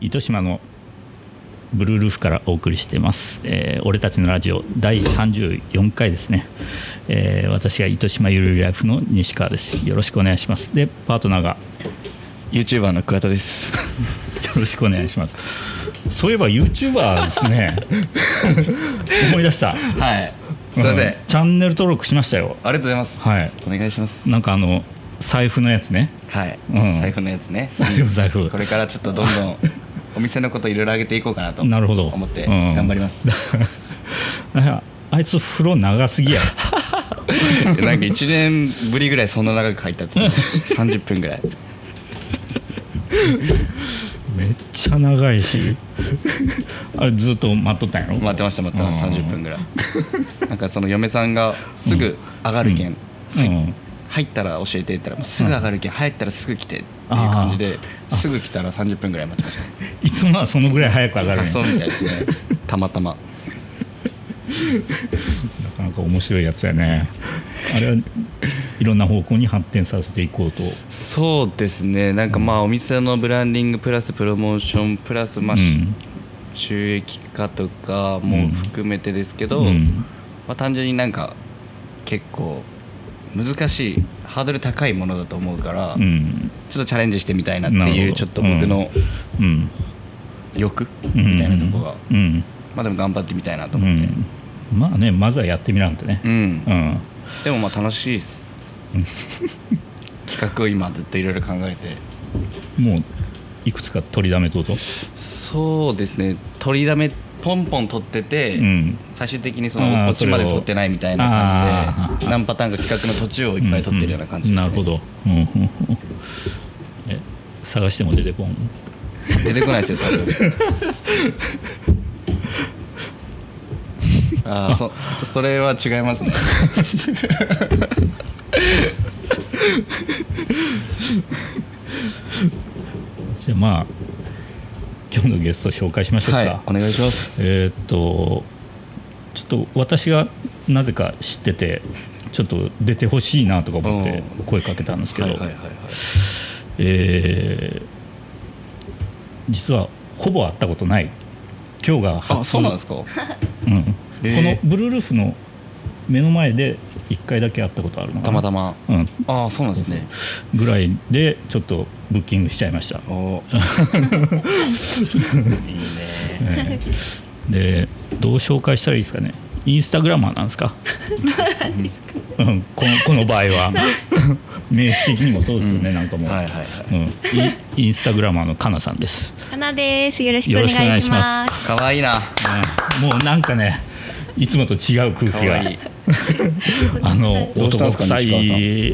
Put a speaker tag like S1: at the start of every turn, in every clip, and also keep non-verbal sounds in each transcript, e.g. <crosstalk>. S1: 糸島のブルールーフからお送りしてます、えー俺たちのラジオ第34回ですね、えー私が糸島ゆるりライフの西川ですよろしくお願いしますでパートナーが
S2: YouTuber の桑田です。
S1: <laughs> よろしくお願いしますそういえば YouTuber ですね <laughs> 思い出した
S2: はい。すいません。
S1: うチャンネル登録しましたよ
S2: ありがとうございます。
S1: はい
S2: お願いします。
S1: なんかあの財布のやつね
S2: はい。
S1: うん
S2: 財布のやつね。
S1: 財布財布
S2: これからちょっとどんどんお店のこといろいろ上げていこうかなと。
S1: なるほど
S2: 思って
S1: うん
S2: 頑張
S1: <laughs>
S2: ります。
S1: あ <laughs> あいつ風呂長すぎや
S2: なんか一年ぶりぐらいそんな長く入ったっつって。三十分ぐらい。
S1: めっちゃ長いし <laughs> あれずっと待っとったんやろ
S2: 待ってました待ってました
S1: うん
S2: 三十分ぐらい。なんかその嫁さんがすぐ上がるけん。はい
S1: うん
S2: 入ったら教えてって言ったらもうすぐ上がるけん入ったらすぐ来てっていう感じですぐ来たら30分ぐらい待ってました
S1: いつもはそのぐらい早く上がるん
S2: あ
S1: や
S2: そうみたいですねたまたま
S1: なかなか面白いやつやねあれはいろんな方向に発展させていこうと
S2: そうですねなんかまあお店のブランディングプラスプロモーションプラスまあ、
S1: うん
S2: 収益化とかも含めてですけど、
S1: うん
S2: まあ、単純になんか結構難しいハードル高いものだと思うから、
S1: うん
S2: ちょっとチャレンジしてみたいなって
S1: なるほ
S2: い
S1: ど
S2: うちょっと僕の
S1: うん
S2: 欲
S1: うん
S2: みたいなとこが、
S1: うん
S2: まあでも頑張ってみたいなと
S1: う
S2: 思って
S1: んまあねまずはやってみなんてね
S2: うん、
S1: うん
S2: でもまあ楽しいっす企画を今ずっといろいろ考えて
S1: もういくつか取りだめとうと
S2: そうですね取りだめポンポン取ってて、
S1: うん
S2: 最終的にそ
S1: あ
S2: の
S1: ー
S2: 落ちまで取ってないみたいな感
S1: それ
S2: じで
S1: を
S2: 何パターンか企画の途中をいっぱい取ってるような感じです、ね
S1: うんうんなるほど、うんうんうんえ探しても出てこん
S2: 出てこないですよ多分 <laughs> ああそそれは違いますね
S1: じゃあまあ今日のゲスト紹介しましょうか、
S2: はいお願いします
S1: えーっとちょっと私がなぜか知っててちょっと出てほしいなとか思って声かけたんですけど、
S2: はいはいはいはい
S1: えー実はほぼ会ったことない今日が初
S2: あそうなんですか
S1: うん
S2: えー
S1: このブルールーフの目の前で1回だけ会ったことあるのか
S2: た
S1: な
S2: またま
S1: うん、
S2: ああそうなんですね
S1: ぐらいでちょっとブッキングしちゃいました
S2: おいいね
S1: えーでどう紹介したらいいですかねインスタグラマーなんです
S2: <laughs>
S1: かうんこのこの場合は名詞的にもそうですよね、なんかもう、
S2: はいはいはい
S1: うん、インインスタグラマーのかなさんです、
S3: かなです。よろしくお願いし
S1: よろしくお願いしま
S3: ますす。
S2: かわいいな
S1: うんもうなんかねいつもと違う空
S2: か
S1: 気
S2: わ
S1: が
S2: いい
S1: あの
S2: どうし
S1: 男
S2: たんすか
S1: 臭い
S2: 西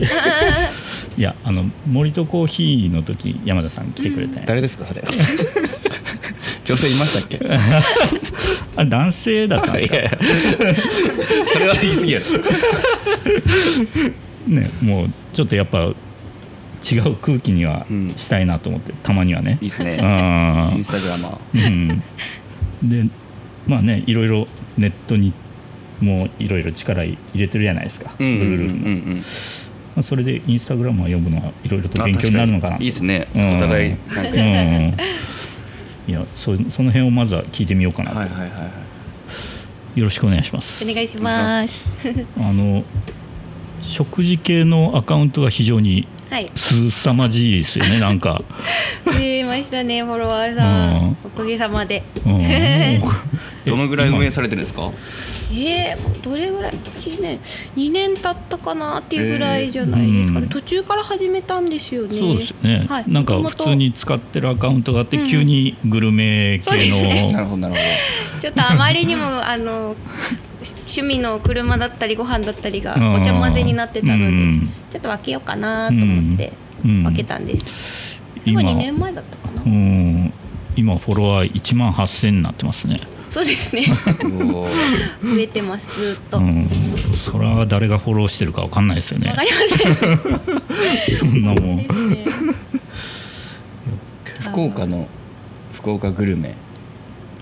S1: いやあの森とコーヒーの時山田さん来てくれたんや
S2: 誰ですかそれ女性いましたっけ
S1: あれ男性だったんですか
S2: それは言い過ぎやろ
S1: ねもうちょっとやっぱ違う空気にはしたいなと思って、たまにはね
S2: いいっす
S1: う
S2: ねイ
S1: ん
S2: ンスタグラマー
S1: うんでまあねいろいろネットにもいろいろ力入れてるじゃないですか、
S2: うん
S1: ブルー
S2: う
S1: ル
S2: ん
S1: ーフ
S2: う
S1: も、
S2: んう
S1: ま
S2: ん
S1: あ、それでインスタグラムは読むのはいろいろと
S2: あ
S1: 勉強になるのかな
S2: 確にいいですね
S1: うん
S2: お互いなんか
S1: うんうんいやそその辺をまずは聞いてみようかなと、
S2: はいはいはいはい
S1: よろしくお願いします
S3: お願いします。
S1: あの食事系のアカウントが非常に
S3: はい。
S1: すさまじいですよねなんか、
S3: 増えましたね、フォロワーさ
S1: うん
S3: ん。おかげさまで。 <laughs>
S1: うん
S3: え
S2: どのぐらい運営されてるんですか
S3: えー、どれぐらい1年2年経ったかなっていうぐらいじゃないです
S1: え
S3: かね、
S1: ーうん
S3: 途中から始めたんですよね
S1: そうですよね、
S3: はい
S1: なんか
S3: 元
S1: 普
S3: 々
S1: 通に使ってるアカウントがあって、急にグルメ系
S3: そうですね
S2: な
S1: の、
S2: るほどなるほ
S3: ちょっとあまりにも <laughs> あのし趣味の車だったりご飯だどりが
S1: うん
S3: ごちゃ混ぜになってたので、
S1: うん
S3: ちょっと分けようかなと思って
S1: うん
S3: 分けたんです、すぐ
S1: 今
S3: 2年前だったかな、
S1: うん今フォロワー1万8000になってますね
S3: そうですね
S2: どうおー
S3: 増えてますずーっと、
S1: うんそれは誰がフォローしてるかわかんないですよね
S3: わかりません
S1: そんなもん
S3: ですね。
S2: 福岡の福岡グルメ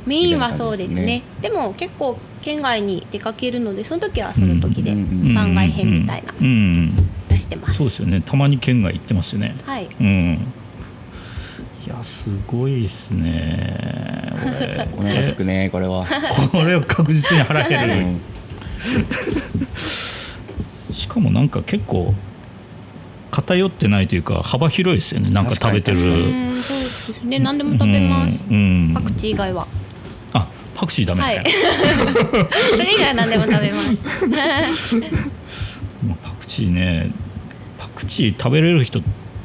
S3: メインはそうですね。
S2: みたい
S3: でも結構県外に出かけるので、その時はその時で
S2: うんうん
S1: うん
S3: 番外編みたいな
S1: うんうん
S3: 出してます。
S1: そうですよねたまに県外行ってますよね
S3: はい。
S1: うんいいやすごいですね
S2: お腹
S3: <laughs>
S2: すくねこれは
S1: 俺これは確実に腹
S2: う
S1: 減る
S2: ん
S1: しかもなんか結構偏ってないというか幅広いですよねなんか食べてる
S2: 確か
S3: う
S2: に
S3: んそうですね何でも食べます
S1: うんうん
S3: パクチー以外は
S1: あパクチーダメ、
S3: はい <laughs> それ以外は何でも食べます
S1: まあパクチーねパクチー食べれる人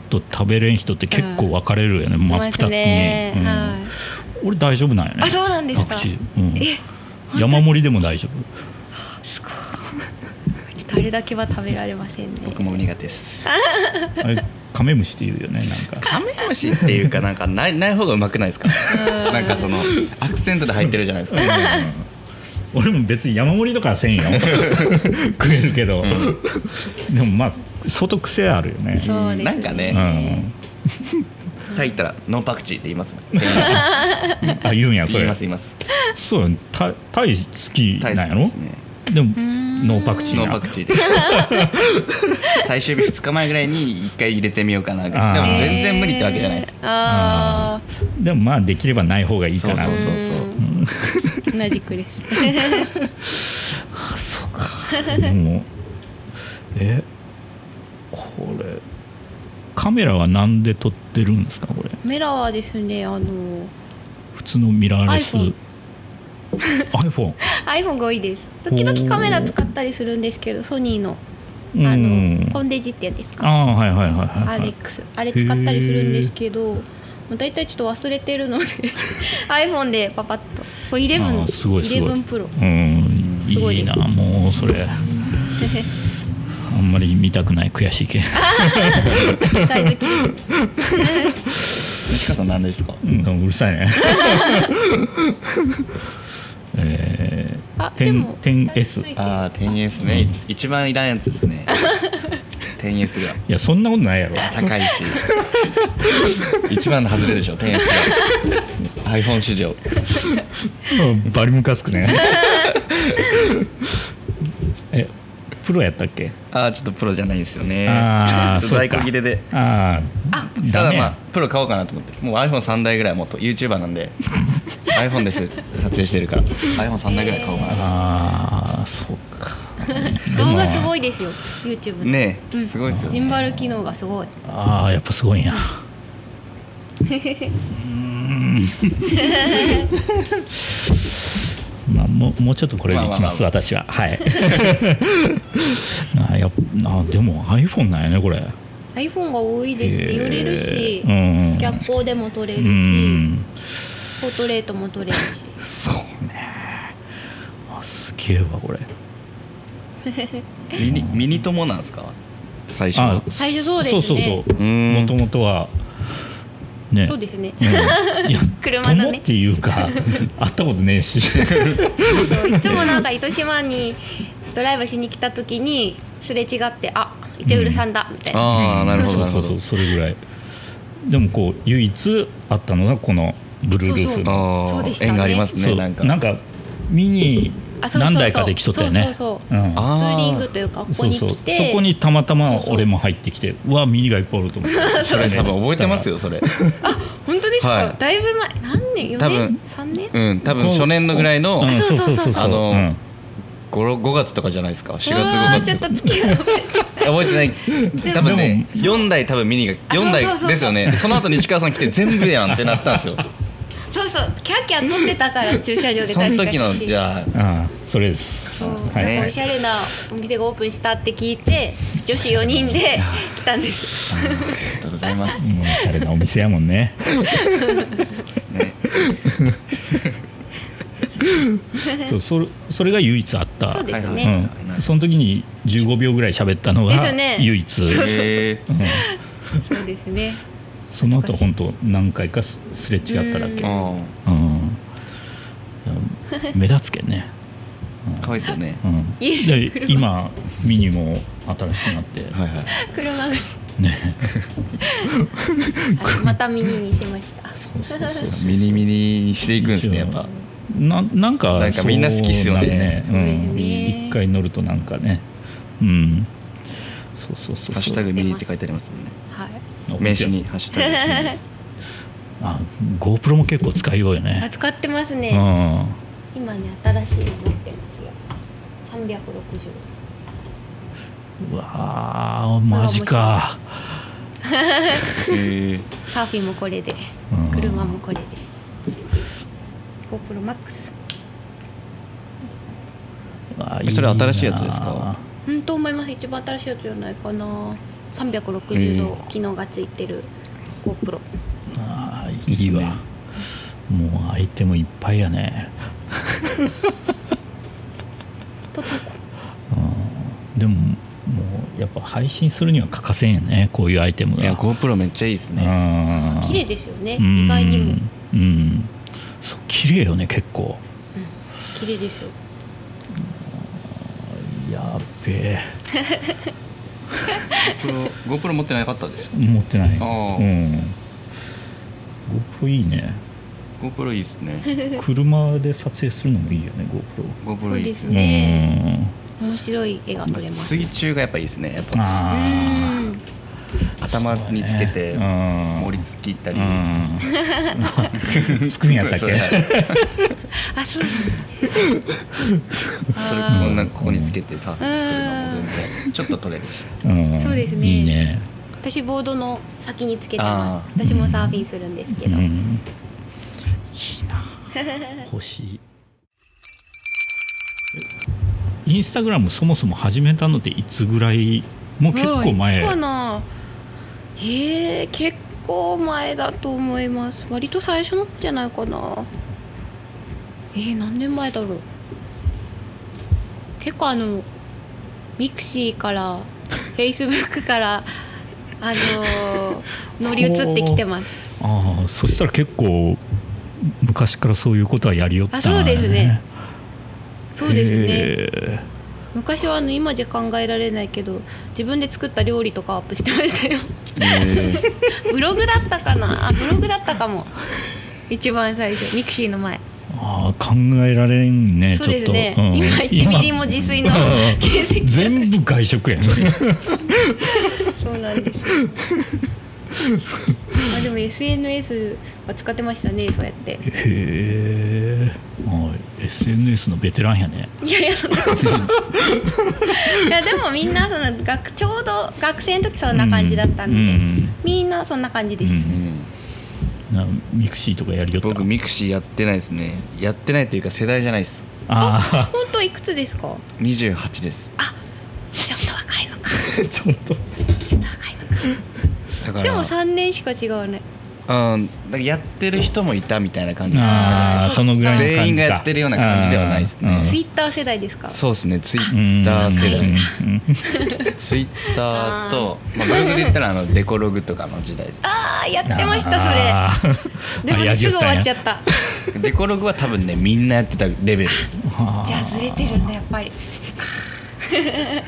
S1: と食べれん人って結構分かれるよね、
S3: い
S1: 真
S3: ま
S1: っ
S3: す
S1: 二つ
S3: ね
S1: に、うん
S3: はい
S1: 俺大丈夫なんよね
S3: あそうなんですか
S1: パクチー、うん
S3: え
S1: 山盛りでも大丈
S3: すごいちょっとあれだけは食べられませんね
S2: 僕も苦手です
S1: 夫あれカメムシっていうよねなん
S3: <laughs>
S1: か
S2: カメムシっていうかなんかないない方がうまくないですかなんかそのアクセントで入ってるじゃないですか
S1: 俺も別に山盛りとかはせ
S3: <laughs>
S1: んよ食えるけど、でもまあ相当癖あるよね
S3: そうですね
S2: なんか
S1: う
S2: ね
S1: ん、
S2: タイ行ったらノーパクチーって言いますもん言
S1: あ言うんやそ
S2: い
S1: れ
S2: ます言います
S1: そうやねタイタイ好き
S2: タイ
S1: なんや
S2: 好き
S1: ろ
S2: ですね
S1: でも
S3: ん
S1: ノーパクチー
S2: ノ
S1: な
S2: ーパクチーで最終日2日前ぐらいに1回入れてみようかなぐらいで
S1: あー
S2: も全然無理ってわけじゃないです
S3: えーあ
S1: でもまあできればない方がいいかな
S2: そう
S3: ー
S2: そうそう
S3: うん同じくです
S1: でもえこれカメラは何で撮ってるんですかこれ
S3: メラはですねあの
S1: 普通のミラーレス
S3: iPhone
S1: iPhone
S3: iPhone5 いです時々カメラ使ったりするんですけどソニーの
S1: う
S3: あ
S1: ん
S3: のコンデジってやつですか
S1: ああはいはいはいは
S3: ア
S1: いはい
S3: レックスあれ使ったりするんですけどまあ大体ちょっと忘れてるので <laughs> iPhone でパパッと
S1: あ
S3: これ11
S1: ーすごいすごい <laughs>
S3: 11Pro
S1: うん
S3: すごい
S1: いい
S3: で
S1: な
S3: す
S1: もうそれあんまり見たくない悔しいけん
S3: 機械好きです
S2: 西川さん何ですか
S1: うんうるさ
S3: <laughs>
S1: いねえ
S3: あ
S1: ー、点点 S
S3: つい
S1: い
S3: てる
S2: ああ 10S ね、一番いらんやつです
S1: <laughs>
S2: ね 10S が
S1: やそんなことないやろ
S2: 高いし <laughs> 一番の外れでしょ 10S が iPhone 市場
S1: バリムカつく
S3: <laughs>
S1: ねえプロやったっけ
S2: ああちょっとプロじゃないですよね
S1: あー
S2: ちょっと在庫
S1: そうか
S2: 切れで
S1: ああ
S2: た
S1: ダ
S2: だ
S1: メ
S2: まあプロ買おうかなと思ってもう iPhone3 台ぐらいもっと YouTuber なんで iPhone で撮影してるから iPhone3 台ぐらい買おうかな、
S1: ああそうか
S3: 動画す
S1: い
S3: ごいですよ YouTube の
S2: ねえ
S3: うん
S2: すごいですよね
S3: ジンバル機能がすごい
S1: ああやっぱすごいん
S3: <laughs>
S1: やうーんまあもうもうちょっとこれでいきます、
S2: まあまあまあ
S1: 私ははい <laughs> あやっぱあでも iPhone なんやねこれ
S3: iPhone が多いですね
S1: へえ
S3: 寄れるし
S1: うん
S3: 逆光でも撮れ
S1: う
S3: るし
S1: ん
S3: ポートレートも撮
S1: <laughs>
S3: れるし
S1: そうねあすげえわこれ
S2: ミニミニ友なんですか最初
S1: あ
S2: は
S3: 最初そうですね
S1: そうそうそう
S2: うーん
S1: もともとはね
S3: そうですね
S1: うんいや
S3: <laughs> 車だね
S1: 友っていうか会ったことねえし
S3: そういつもなんか糸島にドライブしに来た時にすれ違ってあイチウルさんだみたいな、
S2: ああなるほどなる
S1: そ
S2: ほ
S1: うそうそうそ
S2: ど
S1: れぐらいでもこう唯一あったのがこのブルールーフの
S2: あ
S3: そうでし
S2: ー
S3: たね
S2: 縁があります
S1: そ
S2: ね
S1: うな
S2: な
S1: んん
S2: か
S1: か見に
S3: あそうそうそう
S1: 何台かできとったよね
S3: そうそう
S1: う
S3: そ
S1: ん
S2: あー
S3: ツーリングというかここ
S1: そう
S3: に
S1: そう
S3: 来
S1: そ
S3: て
S1: こにたまたま
S3: そうそう
S1: 俺も入ってきてうわミニがいっぱいおると思って
S2: <laughs> それ多分覚えてますよそれ
S3: 本当ですか、
S2: はい
S3: だいぶ前何年
S2: 多
S3: 4
S2: 分
S3: 年3年
S2: うん多分初年のぐらいの
S1: ん
S3: そうそうそうそう
S2: あの
S1: うん
S2: 5 5月とかじゃないですか4月
S3: うわ
S2: 5
S3: ー
S2: 月
S3: ちょ
S2: とか
S3: っと付き合う
S2: 覚えてない多分ね4台多分ミニが
S3: あそうそ
S2: 4
S3: うそうそ
S2: 台
S3: う
S2: ですよねその後西川さん来て全部やんってなったんですよ
S3: そうそうキャーキャー撮ってたから駐車場で確
S2: そ
S3: か
S2: の
S3: に
S2: 時のじゃあ
S1: ああそれです
S3: そうなんか
S1: はい
S3: おしゃれなお店がオープンしたって聞いて女子4人で来たんです
S2: ありがとうございます
S1: もうおしゃれなお店やもんね
S2: ね
S1: そうそれそれが唯一あった
S3: そうです
S2: はい
S3: ね、
S1: うん、その時に15秒ぐらい喋ったのが
S3: ですよね
S1: 唯一、
S3: そう
S2: えー
S1: うん
S3: そうですね
S1: その後本当何回かすすれ違っただけ、うん
S2: うん
S1: いや目立つけんね、
S2: 可愛いですよね
S1: うん、
S3: いえ
S1: で今ミニも新しくなって、
S2: はいはい
S3: 車が
S1: ね
S3: はいまたミニにしました
S1: そうそうそうそう
S2: ミニミニにしていくんですねやっぱ
S1: ななんか
S2: なんかみんな好きっすよね
S1: そうなる
S3: そうです
S1: う
S3: ね
S1: ん、一回乗るとなんかねうんそうそうそうそう
S2: ハッシュタグミニって書いてありますもんね
S3: はい
S1: あ
S3: <laughs>
S2: 名刺にハッシュタグミニ
S1: あ GoPro も結構使いようよ
S3: あ
S1: ね
S3: 使ってます
S1: う
S3: ね、
S1: ん
S3: 今ね新しいの持ってますよ360
S1: うわーマジか
S2: <laughs> えー
S3: サーフィンもこれで
S1: うん
S3: 車もこれで GoProMax
S1: あ
S2: えそれ新しいやつですか
S3: うんと思います一番新しいやつじゃないかな360
S2: う
S3: 度
S2: ん
S3: 機能がついてる GoPro
S1: あーいいわもうアイテムいっぱいやね
S3: ととこ
S1: でももうやっぱ配信するには欠かせんよねこういうアイテムが
S2: いや GoPro めっちゃいいですね
S1: ね
S3: 綺麗ですよね
S1: うん
S3: 意外にも
S1: うんそう綺麗よね結構
S3: 綺麗ですよ
S1: やっべえ
S2: GoPro, GoPro 持ってなかったです
S1: 持ってない
S2: あー
S1: うん GoPro いいね
S3: <laughs>
S2: GoPro いいです <laughs> ね
S1: 車で撮影するのもいいよね
S2: GoPro いいです
S3: そ
S1: GoPro
S2: ね
S3: うですね面白い絵が撮れます
S2: 水中がやっぱいいですねやっ
S1: うん
S2: ぱ
S1: あ
S3: うん
S2: 頭
S1: あ
S2: につけて盛り付きったり
S1: つくんやったっ
S2: それ
S1: け <laughs>
S3: あそうなんだ
S2: それこんなここにつけてサーフィンするのも全然ちょっと取れるし
S1: うん
S3: そうですね
S1: いいね
S3: 私ボードの先につけてます
S1: あー
S3: 私もサーフィンするんですけ
S1: う
S3: ど、
S1: んいいな欲しいインスタグラムそもそも始めたのっていつぐらいもう結構
S3: うわい
S1: 前
S3: つかなへえ結構前だと思います割と最初の方じゃないかなえー、何年前だろう結構あのミクシー
S1: <laughs>
S3: からフェイスブックからあの
S1: <laughs>
S3: ー乗り移ってきてます
S1: ああそしたら結構昔からそういうことはやりよったんや
S3: あそうですねそうですね
S1: へ
S3: 昔はあの今じゃ考えられないけど自分で作った料理とかアップしてましたよブログだったかなあブログだったかも一番最初ミクシーの前
S1: えああ考えられんね
S3: そうですね、
S1: ちょっと、うん
S3: 今1ミリも自炊の
S1: 今
S3: 形跡
S1: 全部外食やん、
S3: そうなんですよまあでも SNS は使ってましたねそうやって
S1: へえああ SNS のベテランやね
S3: いやいやそん
S1: <laughs>
S3: ないやでもみんなその学ちょうど学生の時そんな感じだったんで、
S1: うん
S3: みんなそんな感じでし
S1: う
S3: た、
S1: んなミクシーとかやりよった
S2: 僕ミクシーやってないですねやってないというか世代じゃないです
S1: あ <laughs>
S3: 本当いくつですか
S2: 28です
S3: ちょっと若いのか
S1: あちょっと
S3: ちょっと若いのか
S2: だから
S3: でも3年しか違うね
S2: うんだからやってる人もいたみたいな感じですね
S1: ああそのぐらいの感じか
S2: 全員がやってるような感じではないですね
S1: ああ
S3: ツイッター世代ですか
S2: そうですねツイッター世代
S1: うんうん
S2: ツイッターとまあブログで言ったらあのデコログとかの時代です
S3: ああやってましたそれ
S1: あー
S3: でも
S1: あ
S3: ね
S1: やり
S3: す
S1: よ
S3: ぐ
S1: たんや
S3: 終わっちゃった
S2: デコログは多分ねみんなやってたレベル
S1: はあ
S3: じゃあずれてるんだやっぱり
S1: <laughs>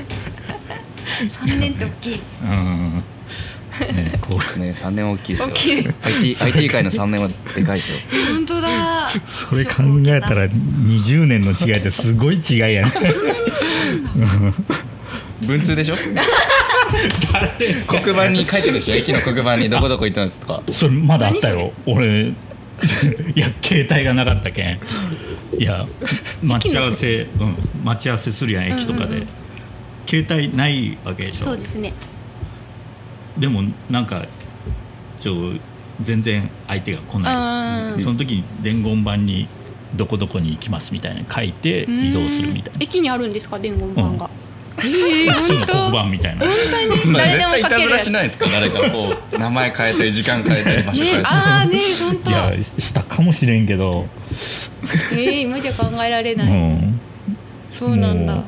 S3: 3年って大きい
S1: うんねこう
S2: ね3年大きい
S3: 大
S2: です
S3: き
S2: よ
S3: い
S2: IT, IT 界の3年はでかいですよ
S3: 本当だ
S1: <laughs> それ考えたら20年の違いってすごい違いやね
S2: 文通でしょ黒板に書いてるでしょ駅の黒板にどこどこ行ってますとか
S1: それまだあったよ俺 <laughs> いや携帯がなかったけんいや待ち合わせ、うん、待ち合わせするやん駅とかで、
S3: うんうんうん
S1: 携帯ないわけでしょ
S3: そうですね
S1: でもなんかちょ全然相手が来な
S3: う
S1: い
S3: ん
S1: その時に伝言板に「どこどこに行きます」みたいなの書いて移動するみたいな
S3: 駅にあるんですか伝言板が、ええ
S1: 普通の
S3: 本当
S1: 黒板みたいな
S3: 本当に誰でも
S2: 絶対
S3: 書
S2: い
S3: け
S2: たず
S3: る
S2: ら
S3: やつ
S2: し
S3: ね
S2: ないですか誰かこう名前変えて時間変えて場所変えて
S3: ああね本当
S1: いやしたかもしれんけど、
S3: ええ今じゃ考えられ
S1: う
S3: ない、
S1: ん、
S3: そうなん
S1: も
S3: だ
S1: う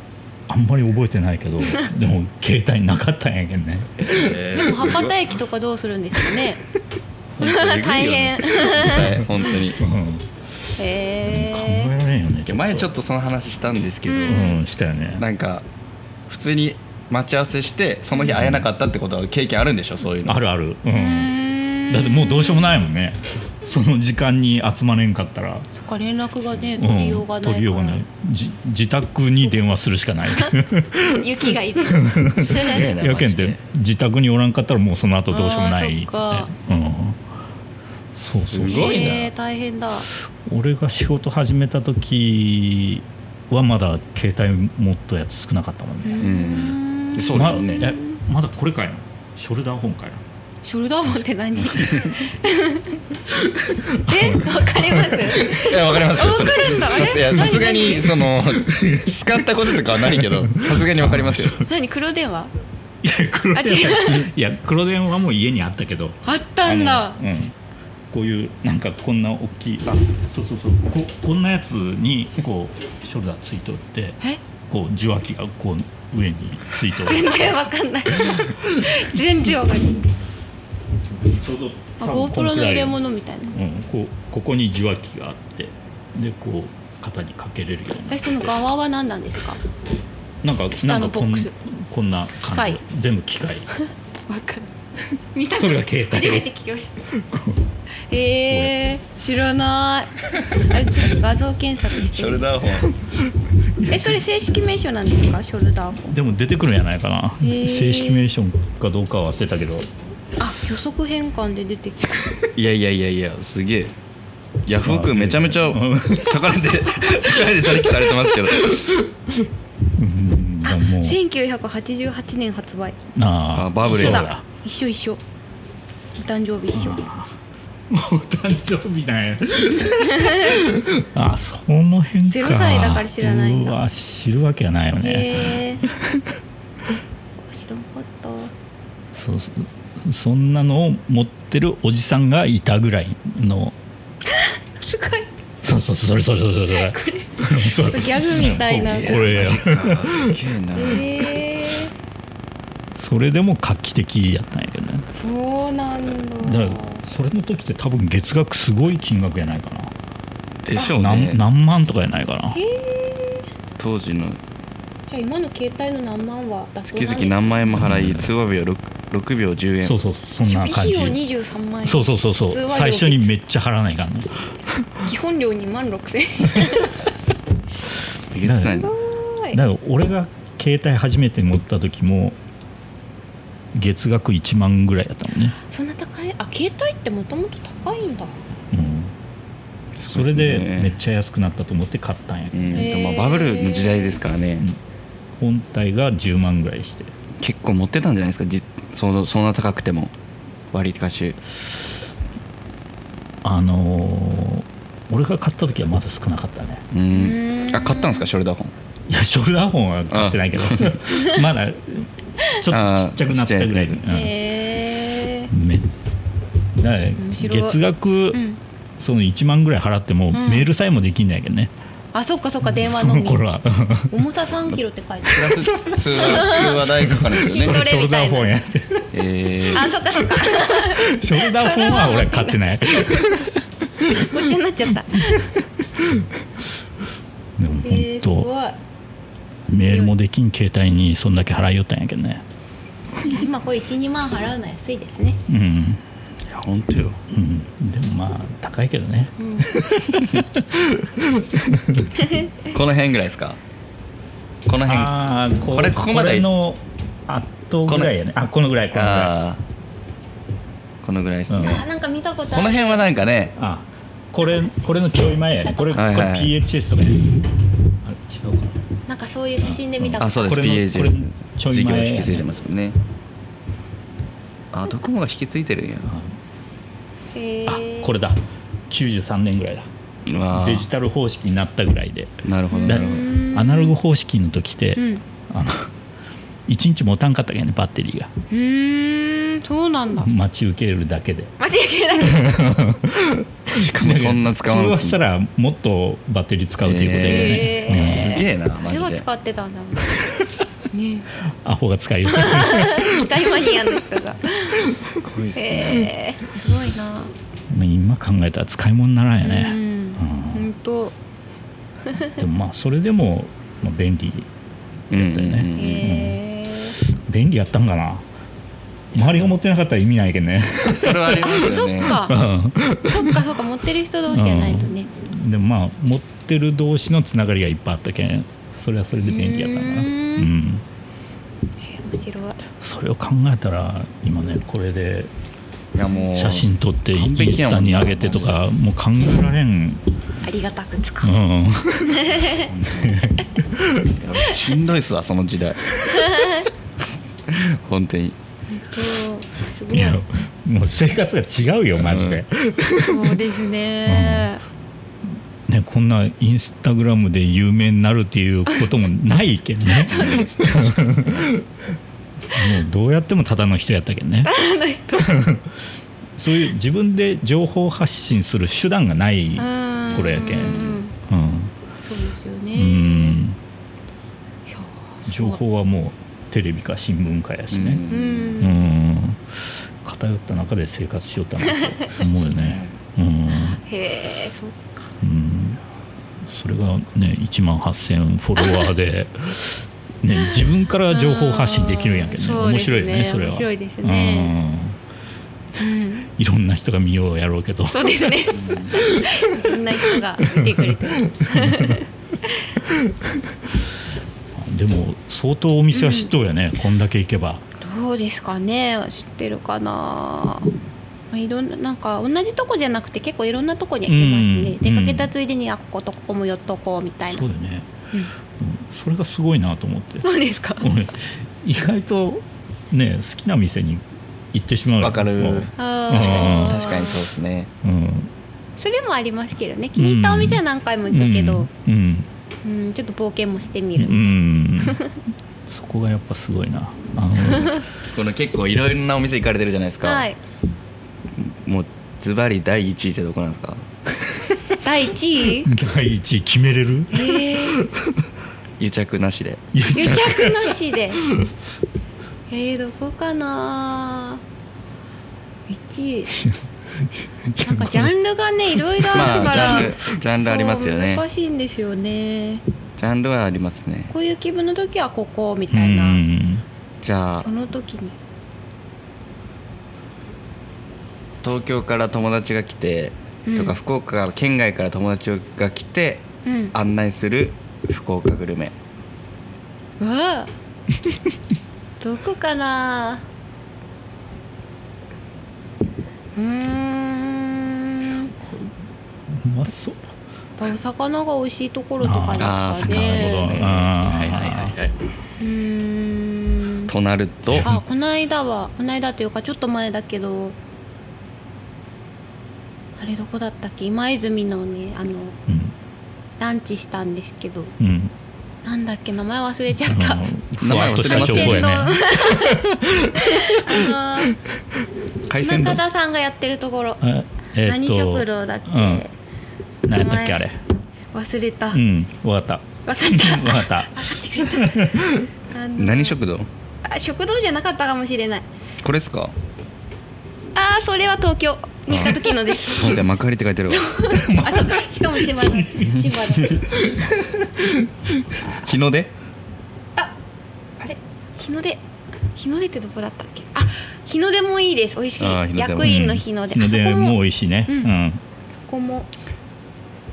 S1: あんまり覚えてないけどでも携帯なかったんやけんね
S3: でも博多駅とかどうするんですかね大変
S2: 実際本当に
S1: うん考
S3: へえ
S1: えられんよね
S2: 前ちょっ
S1: と
S2: とその話したんですけど、
S3: うん
S1: うんしたよね
S2: なんか普通に待ち合わせしてその日会えなかったってことは経験あるんでしょそういうの
S1: あるある、う
S3: うー
S1: ん、
S3: ん
S1: だってもうどうしようもないもんねその時間に集まれんかったら
S3: そっか連絡がね
S1: う
S3: 取りようんがない
S1: 取りようがないじ自宅に電話するしかない
S3: 雪がい
S1: <laughs>
S3: る
S2: すげえな
S1: やけんって
S2: マジで
S1: 自宅におらんかったらもうその後どうしようもない
S3: あーそっか
S1: ねうんそうそう
S4: すごいな
S3: えー、大変だ
S1: 俺が仕事始めた時はまだ携帯持ったやつ少なかったもん
S3: う
S1: ね、
S3: ん
S4: んそうですよね
S1: まえまだこれかいなショルダーホンかいな
S3: ショルダーフォンって何えわかります
S2: いやわかりますよそれ
S3: わかるんだ
S2: さすいや
S3: え
S2: さすがにその <laughs> 使ったこととかはないけどさすがにわかりますよ
S3: 何黒電話
S1: いや黒
S3: あ
S1: 電話 <laughs> いや黒電話も家にあったけど、
S3: あったんだ
S1: うん、こういうなんかこんな大きいあそうそうそうここんなやつにこうショルダーついとって
S3: え
S1: こう受話器がこう上についとる
S3: 全然わかんない全然わかんない
S1: ちょうど
S3: あ
S1: 多分こ
S3: GoPro の
S1: くら
S3: 入
S1: い
S3: れ物みたいな
S1: うん、こうここに受話器があってでこう肩にかけれるようにな
S3: え
S1: って
S3: その側は何なんですか
S1: なんか
S3: 下のボックス
S1: なんかこんこんな
S3: 機
S1: 感
S3: 械
S1: じ全部機
S3: <laughs>
S1: 械
S3: わかんない見た
S1: それが携帯
S3: 初めて聞きましたえー、知らないあれちょっと画像検索してみる
S2: ダーホン
S3: えそれ正式名称なんですかショルダーフォン
S1: でも出てくるんじゃないかな
S3: へー
S1: 正式名称かどうかは忘れたけど
S3: あ予測変換で出てきた
S2: いやいやいやいやすげえヤフオクめちゃめちゃ
S1: うん
S2: 高値で高値で取引されてますけど
S1: うんでももう
S3: 1988年発売
S1: な
S2: あバブル
S1: そ
S2: や
S1: う
S2: な
S1: だ
S3: 一緒一緒お誕生日一緒
S1: もう誕生日なんや <laughs> あその辺か
S3: ゼロ歳だから知らないんだ
S1: うわ知るわけがないよね
S3: へえ知らんかった
S1: そうそうそんなのを持ってるおじさんがいたぐらいの
S3: すごい
S1: そうそうそうそれそれそれそれそれ
S3: ギャグみたいな
S1: これ
S2: すげえな
S3: へえ
S1: それでも画期的やったんやけどね
S3: そうなんだ
S1: だからそれの時って多分月額すごい金額やないかな
S2: でしょうね
S1: 何何万とかやないかな
S2: 当時の
S3: じゃあ今の携帯の何万は妥
S2: 月
S3: 当なんです
S2: 々何万円も払い通話費は 6, 6秒10円
S1: そうそうそん
S3: 初
S1: な
S3: 期
S1: 感
S3: 費
S1: じ
S3: 用23万円
S1: そうそうそうそ
S3: 通話
S1: う
S3: 料
S1: 最初にめっちゃ払わないかんね
S3: 基本料2万6000円
S2: えげつない
S3: す
S2: な
S3: ごい
S1: だから俺が携帯初めて持った時も月額1万ぐらいやったもんね、
S3: そんな高いあ携帯ってもともと高いんだ
S1: うん、それでめっちゃ安くなったと思って買ったんや
S2: うん
S3: へ
S2: で
S3: ー
S2: もまあバブルの時代ですからね
S1: ん本体が10万ぐらいして
S2: 結構持ってたんじゃないですかじそのそんな高くても割りかし
S1: あのー俺が買った時はまだ少なかったね
S2: う
S3: うんーん
S2: あ買ったんですかショルダーホン
S1: いやショルダーホンは買ってない
S3: <laughs>
S1: けどまだちょっとちっちゃくなったぐらいで、
S2: あーちっ
S3: へえ
S1: うんめだから
S3: 白い
S1: 月額
S3: うん
S1: その1万ぐらい払っても
S3: ん
S1: メールさえもできんだけどね、
S3: あそっかそっか電話
S1: そ
S3: の
S1: の
S3: み <laughs>
S1: 頃は
S3: 重さ3キロって書いて
S2: プラス通話通話代かかるんですよ
S3: 筋
S1: そ
S2: ね
S1: れ
S3: ト
S1: ショ
S3: レ
S1: ル
S3: み
S1: ダ
S3: た
S1: ー
S3: い
S1: フ
S3: な
S1: ォンやって
S2: え
S3: <laughs> あるあそっかそっか
S1: ショルダーフォンは俺買って
S3: <laughs>
S1: ない
S3: ごっちゃになっちゃった
S1: でも
S3: <laughs> え
S1: 本
S3: ー、す
S1: 当
S3: ごい
S1: メールもできん携帯にそんだけ払いよったんやけどね
S3: 今これ12万払うのは安いですね、
S1: うん、
S2: ーいや本当よ
S1: うん、でもまあ高いけどね
S3: うん、
S2: この辺ぐらいですかこの辺
S1: あ
S2: あ
S1: あ
S2: これここまで
S1: これのあとぐらいやねあこのぐらいこのぐらい
S2: あーこのぐらいですね、
S1: うん
S3: あなんか見たこと
S2: こ
S3: ある
S2: の辺はなんかね
S1: あこれこれのちょい前やねこれ,、
S2: はいはいはい
S1: これ PHS とかやねあれ違うか
S3: なんかそういう写真で見た
S2: あ
S3: こ
S2: そう
S3: と
S2: です
S1: これのこ
S2: PHS
S1: れのちょい前
S2: 事業を引き継いでますもんねあドコモが引き継いでるんや
S3: へ
S1: なあ
S3: ー
S1: これだ93年ぐらいだ
S2: うわ
S1: デジ
S2: ー
S1: タル方式になったぐらいで
S2: なるほど
S1: だ
S2: なるほ
S1: アナログ方式の時って、
S3: うんう
S1: あの1日持たんかったけどねバッテリーが
S3: ーんそうなんだ
S1: 待ち受けるだけで
S3: 間違いない
S2: どしかもそんな使わ
S1: 通
S2: ん
S1: 話
S2: の
S1: したらもっとバッテリー使うということでね、
S3: へー
S1: うん
S2: すげえな
S3: こ
S2: マ
S3: れは
S2: ジで
S3: 使ってたんだもんね
S1: アホが使える
S3: <laughs> え大マニアの人が
S2: すごいっすね
S3: へえすごいな
S1: 今考えたら使い物にならんよ
S3: う
S1: ね、
S3: ん本当
S1: でもまあそれでもまあ便利
S2: うんうんう
S1: ね
S2: ん
S3: へえ
S1: 便利やったんかな周りが持ってなかったら意味ないけどね
S2: それはありますよ
S3: そ
S2: ね
S3: っかそっかそっか持ってる人同士じゃないとね
S1: でもまあ持ってる同士のつながりがいっぱいあったけんそれはそれで便利やったんだな
S3: う
S1: うんん
S3: へえ面白い
S1: それを考えたら今ねこれで
S4: いやもう
S1: 写真撮ってイ
S4: 完
S1: ン
S4: 璧
S1: ス
S4: や
S1: タ
S4: もんな
S1: に上げてとかもう考えられん、
S3: ありがたく
S1: う
S3: 使う、
S1: ん、
S4: いやしんどいっすわその
S3: <laughs>
S4: 時代本当に
S3: そうすご
S1: い
S3: い
S1: やもう生活が違うよマジで、
S3: そうですね、
S1: ね、こんなインスタグラムで有名になるっていうこともないけど <laughs> ねもうどうやってもただの人やったけどね <laughs> そういう自分で情報発信する手段がない
S3: うん、
S1: これやけん
S3: うん
S1: うん
S3: そうですよね、
S1: う
S3: い
S1: ん
S3: や
S1: 情報はもうテレビか新聞かやしね
S3: う、
S1: うんん、偏った中で生活しよったなと思うよねうん
S3: へえそっか
S1: うんそれがね1万8,000フォロワー
S3: <laughs>
S1: で、ね、自分から情報発信できるんやけどね
S3: うん
S1: 面白いよねそ
S3: そう
S1: れは
S3: ですね面白いですねうん
S1: うんいろんな人が見ようやろうけど
S3: そうですねいろんな人が見てくれてる
S1: でも相当お店は知っとうやね、こんだけ行けば
S3: どうですかね知ってるかなまあいろんななんか同じとこじゃなくて結構いろんなとこには行きます
S1: う
S3: ね、
S1: ん
S3: 出かけたついでにあこことここも寄っとこうみたいな
S1: そうだよね、うんそれがすごいなと思
S3: <laughs>
S1: って
S3: どうですか
S1: 俺意外とね好きな店に行ってしまうよ
S2: わかる
S1: もう
S3: あー
S2: 確かにそうですね
S1: うん
S3: それもありますけどね気に入ったお店は何回も行くけど、
S1: うんうん
S3: うんちょっと冒険もしてみ
S1: う
S3: る、
S1: んそこがやっぱすごいなあの
S2: この結構いろいろなお店行かれてるじゃないですか、
S3: はい
S2: もうズバリ第1位ってどこなんですか
S3: 第一位
S1: 第一位決めれる
S3: ええ
S2: <laughs> 癒着なしで
S1: 癒
S3: 癒着な
S2: <laughs>
S3: しでえー、どこかな1位
S2: <laughs>
S3: なんかジャンルがねいろいろある
S2: ま
S3: か
S2: あジャ
S3: ら、
S2: ンルジャンルありますよね
S3: そう難しいんですよね
S2: ジャンルはありますね
S3: こういう気分の時はここみ
S1: う
S3: たいな、
S1: ん
S2: じゃあ
S3: その時に
S2: 東京から友達が来て、
S3: うん
S2: とか福岡から県外から友達が来て
S3: うん
S2: 案内する福岡グルメ
S3: うわあどこかなうーん
S1: うまそう
S3: やっぱお魚が美味しいところとか
S2: あー
S3: ですか
S2: 魚
S1: な
S2: で
S1: る
S2: す
S1: ほ
S3: ね
S1: ど
S2: ねはいはい
S1: あ
S2: はいはいう
S3: ーん
S2: となると
S3: あこの間はこの間というかちょっと前だけどあれどこだったっけ今泉のねあ
S1: ー
S3: の
S1: うん
S3: ランチしたんですけど
S1: うん
S3: なんだっけ名前忘れちゃった
S1: あの
S2: 名前
S1: ふわっ
S2: 忘れ
S1: とした
S2: ま
S1: 情
S2: す
S1: 報
S2: よ
S1: やね
S3: あの
S2: 海鮮
S3: 中
S2: 丼
S3: 田さんがやってるところ
S1: あえーっ
S3: 何
S1: と
S3: 食堂だっけ、
S1: うん何やったっけあれ
S3: 忘れた、
S1: う
S3: 分
S1: んわ
S3: <laughs>
S1: かっ
S3: かった
S1: た <laughs> わかった
S3: 分かってくれ
S1: <laughs>
S3: たあの
S2: 何食堂
S3: あ食堂じゃなかったかもしれない
S2: これですか
S3: ああそれは東京に行った時
S1: <laughs>
S3: のです
S2: そうだよ幕張って書いてるわ
S3: <laughs> あそうしかも千葉だ千葉だ
S2: 日の出
S3: あれ日の出日の出ってどこだったっけあ日の出もいいです美味し
S2: あー
S3: い
S2: 日の出も
S3: 役員の日の出、
S1: うん
S3: あ
S1: 日
S3: そ
S1: の出
S3: こ
S1: も
S3: も
S1: 美味しいね
S3: うん
S1: うん
S3: ここも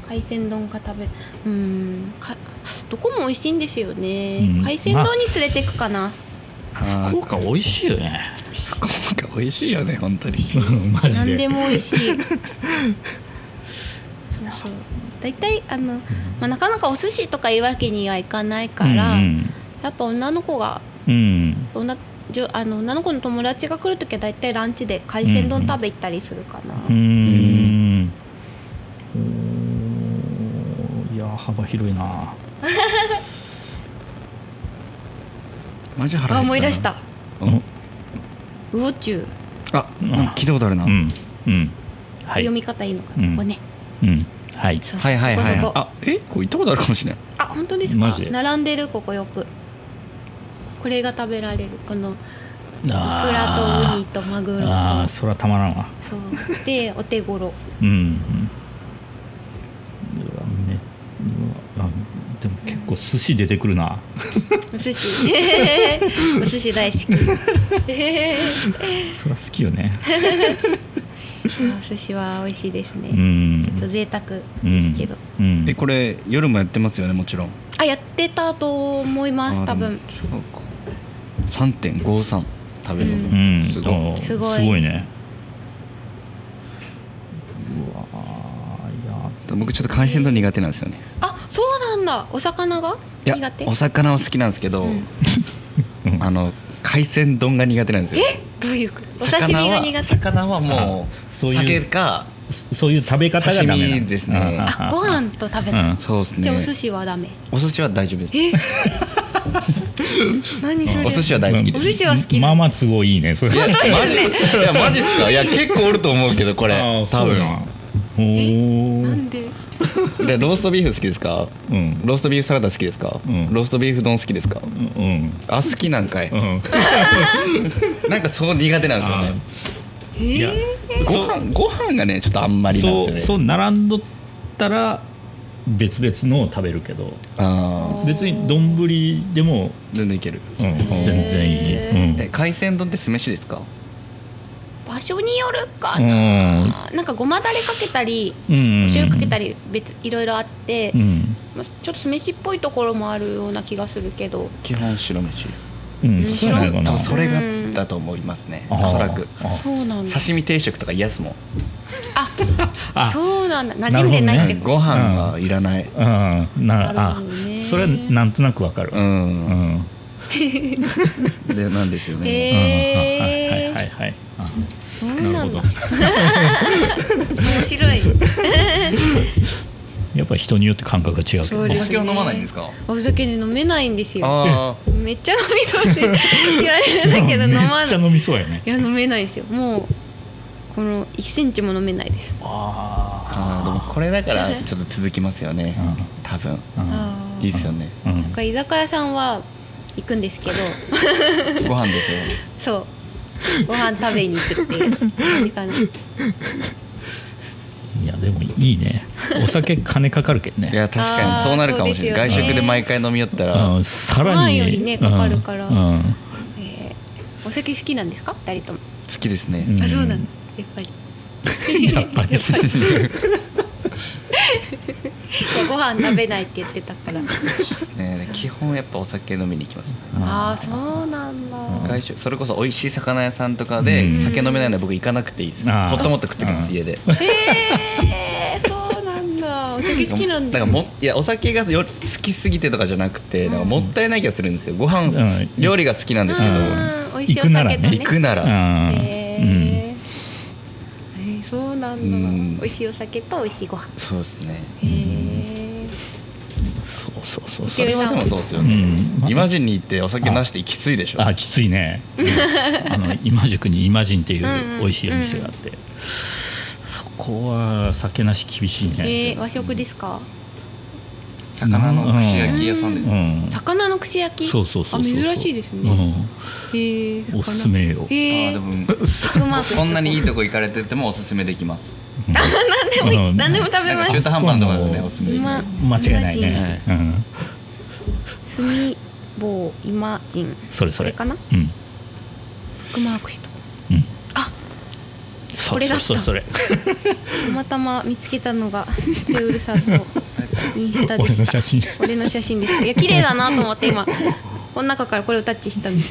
S3: 海鮮丼が食べるうーんかどこも美味しいんですよね、
S1: うん
S3: 海鮮丼に連れてくかな、
S2: あ
S1: 福岡美味しいよね
S2: 福岡美味しいよね本当に
S1: <laughs> マジ
S3: 何で
S1: で
S3: も美味しいそうそう大体あの、まあ、なかなかお寿司とかいうわけにはいかないから、
S1: うん
S3: やっぱ女の子が
S1: うん
S3: 女じょあの女の子の友達が来るときは大体ランチで海鮮丼食べ行ったりするかな、
S1: うーんおーいや幅広いな
S2: マジ腹減った
S3: あ
S2: な
S3: 思い出した
S2: うん
S3: 魚中、
S2: あなんか聞いたことあるな
S1: うんうんはい
S3: 読み方いいのか
S1: う
S3: な、
S1: ん
S3: ここね
S1: うんはい
S3: そうそ
S2: は
S3: う
S2: いはいはいはい
S3: そこそこ
S2: あえこれ行ったことあるかもしれない
S3: あ本当です
S1: マ
S3: か
S1: ジ
S3: 並んでるここよくこれが食べられるこのイクラ
S1: あ
S3: と
S1: ー
S3: ウニとマグロ
S1: ああ
S3: と
S1: そらたまらんわ
S3: そうでお手頃
S1: うんうわめうわあでも結構寿司出てくる
S3: <laughs>
S1: な
S3: お寿司 <laughs> お寿司大好き
S1: そら好きよ
S3: <laughs>
S1: ね
S3: お寿司は美味しいですね、
S1: う
S3: ち
S1: ん
S3: ょっと贅沢ですけど、
S1: うん
S2: えこれ夜もやってますよねもちろん
S3: あやってたと思います
S2: あで
S3: 多
S2: も
S3: 分
S2: そうか3.53食べる
S1: うん
S2: すごい
S1: おー
S3: すごい
S1: すごいね
S2: か僕ちょっと海鮮丼苦手なんですよね
S3: あそうなんだお魚が
S2: いや
S3: 苦手
S2: お魚は好きなんですけど、
S3: うん
S2: あの海鮮丼が苦手なんですよ
S3: えどういうことお刺身が苦手
S2: 魚は魚はも
S1: あ
S2: う
S1: そういう
S2: 酒か
S1: そういう食べ方がダメな
S2: 刺
S1: の
S2: 身ですね
S1: ああ
S3: あご飯と食べた、
S1: うん
S2: そうですね
S3: じゃあお寿司はダメ
S2: お寿司は大丈夫です
S3: え何それ
S2: お寿司は大好きで
S3: お
S2: す
S3: 寿司は好き
S1: ま
S3: な
S1: あ
S3: の
S1: まあ都合いいねそれ
S2: いやマジいやマジっすかいや結構おると思うけどこれ
S1: ああ
S2: 多
S1: そう
S2: 分
S1: や
S3: な
S1: ほ
S3: んで
S2: でローストビーフ好きですか
S1: ううん
S2: ローストビーフサラダ好きですか、
S1: うん
S2: ローストビーフ丼好きですか
S1: うん
S2: あ好きなんかい
S1: うん
S2: なんかそう苦手なんですよ
S1: あ
S2: ね
S3: えー
S1: いや
S2: ご飯ご飯がねちょっとあんまりなんです
S1: そ
S2: よ
S1: う
S2: ね
S1: そう並んどったら別々のを食べるけど
S2: あ
S1: 別に丼でも、
S2: ー全然いける
S1: うん、全然いい、うん
S2: え海鮮丼って酢飯ですか
S3: 場所によるか
S1: う
S3: な、
S1: ん
S3: なんかごまだれかけたり
S1: うん、
S3: お醤油かけたり別いろいろあって、
S1: うん、
S3: まあちょっと酢飯っぽいところもあるような気がするけど
S2: 基本白飯
S1: うん、そうやないか
S2: 多
S1: な
S2: 分それが
S3: うん
S2: だと思いますね
S1: あー
S2: おそらく
S1: あ
S3: そうなんだ
S2: 刺身定食とか嫌っすもん
S1: あ
S3: そうなんだ馴染んでないってこと、
S2: ご飯はいらない
S1: うんな
S3: な
S1: あ
S3: るほどね
S1: それはなんとなくわかる
S2: う
S1: うんん
S2: でなんですよね
S1: はい
S3: へ
S1: はい
S3: え
S1: はいあ
S3: そう
S1: な
S3: な
S1: るほ
S3: んだ
S1: ど
S3: 面白い
S1: やっぱり人によって感覚が違うけ
S3: そう
S1: ど
S3: で
S2: お
S3: す
S2: 酒は飲まないんですか
S3: お酒飲めないんですよ
S2: あー
S3: めっちゃ飲みそうって <laughs> 言われるんだけど飲
S1: め
S3: ま
S1: っ
S3: な
S1: ちゃ
S3: い
S1: 飲みそうやね
S3: いや飲めないですよもうこの1センチも飲めないです
S1: あ
S2: あーでもこれだから
S3: <laughs>
S2: ちょっと続きますよね多分
S1: あうん
S3: あ
S2: いい
S3: ー
S2: っすよね
S1: う
S3: なん
S1: ん
S3: か居酒屋さんは行くんですけど <laughs>
S2: ご飯ですよ
S3: そうご飯食べに行くっていう感じかない
S1: やでもいいねお酒金かかるけどね
S2: いや確かにそうなるかもしれな
S3: あー
S2: い
S3: そ
S2: 外
S3: うですよね
S2: 食で毎回飲み寄ったら
S1: うんさら
S3: ご飯
S1: に
S3: よりねかかるから
S1: うんうん
S3: えーお酒好きなんですか二人とも、
S2: 好きですね
S1: うん
S3: あそうなんだやっぱり
S1: やっぱり
S3: いやご飯食べないって言ってたから
S2: ですね基本やっぱお酒飲みに行きますね
S3: ああそうなんだ、
S2: 外食それこそ美味しい魚屋さんとか
S1: う
S2: で
S1: ん
S2: 酒飲めないので僕行かなくていいですホ
S1: あー
S2: ットモット食ってきます
S1: あー
S2: 家で
S3: えー、そうなんだお酒好きなんだ
S2: だからもいやお酒がよ好きすぎてとかじゃなくてなんかもったいない気がするんですよご飯、
S1: うん
S2: 料理が好きなんですけど、
S3: うん美味しいお酒とね
S2: 行くなら、
S1: うん
S3: え
S1: うん
S3: ーえーそうな
S2: う
S3: んだ、
S2: ん
S3: 美味しいお酒と美味しいご飯
S2: そうですね
S3: へえ
S1: そうそうそう
S2: そ
S1: そう
S2: れはでもそうですよ
S1: う
S2: ね、
S1: ん
S2: イマジンに行ってお酒なしできついでしょ
S1: あきついねあの今宿にイマジンってい
S3: うんう
S1: うん美味しいお店があって、そこは酒なし厳しい
S3: え
S1: ね、
S3: ー、和食ですか
S2: 魚の串焼き屋さんです、
S1: う
S2: ね
S1: ん
S3: 魚の串焼き
S1: そうそうそうそうそう
S3: あ珍しいですね、へえ
S1: うん、おすすめよ、
S3: へ
S2: あー
S3: え
S2: でも
S3: ブックマークしとこ
S2: こ
S3: う
S2: んなにいいとこ行かれててもおすすめできます
S1: うんうん
S3: 何でも食べ
S2: なん
S3: ま
S2: か
S3: す
S2: 中途半端なところでねおすすめできな
S1: 間
S2: い
S3: 今
S1: 違いないね、うん、
S3: すみぼうイマジン
S1: それそれ
S3: これかな
S1: うん
S3: ブックマークしとこ
S1: うん
S3: あ
S1: そ
S3: こ
S1: う
S3: れだ
S1: そう
S3: った
S1: そうそれ
S3: うたまたま見つけたのがテウルさん
S1: <laughs>
S3: のインスタで
S1: 俺の
S3: した
S1: 写真
S3: 俺の写真ですいや綺麗だなと思って今この中からこれをタッチしたんです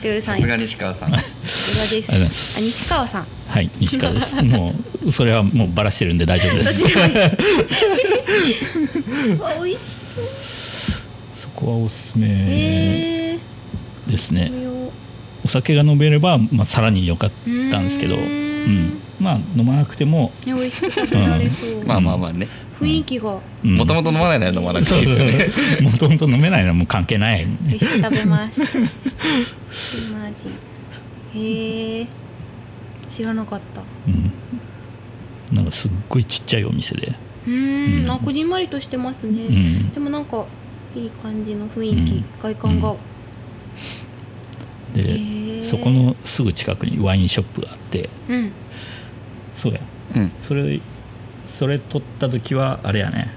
S3: テウル
S2: さ
S3: さん
S2: す
S3: さす
S2: が
S3: が
S2: 西川さん
S3: で
S1: ありがとうございますす
S3: あ西川さん
S1: はい西川ですもうそれはもうバラしてるんで大丈夫で
S3: どっ
S1: す
S3: ち <laughs> でもいいわ美味しそう
S1: そこはおすすめ
S3: へえ
S1: ですね、
S3: これを
S1: お酒が飲めれば、まあ、さらに良かったんですけど、
S3: う
S1: う
S3: ーん
S1: ん、まあ飲まなくても、
S3: ね美味しく食べられそう
S2: まあまあまあね
S3: 雰囲気が
S1: うん、
S2: もともと飲まないなら飲まなくていいですよね
S1: もともと飲めないのはもう関係ない、
S3: 美味しく食べます <laughs> イマジンへえ知らなかった
S1: うん、なんかすっごいちっちゃいお店で、
S3: うー
S1: うんん
S3: あこじんまりとしてます
S1: う
S3: ね、
S1: ん、
S3: でもなんかいい感じの雰囲気、
S1: うん
S3: 外観が、
S1: うで
S3: へー
S1: そこのすぐ近くにワインショップがあって
S3: うん
S1: そうや
S2: うん
S1: それそれ撮った時はあれやね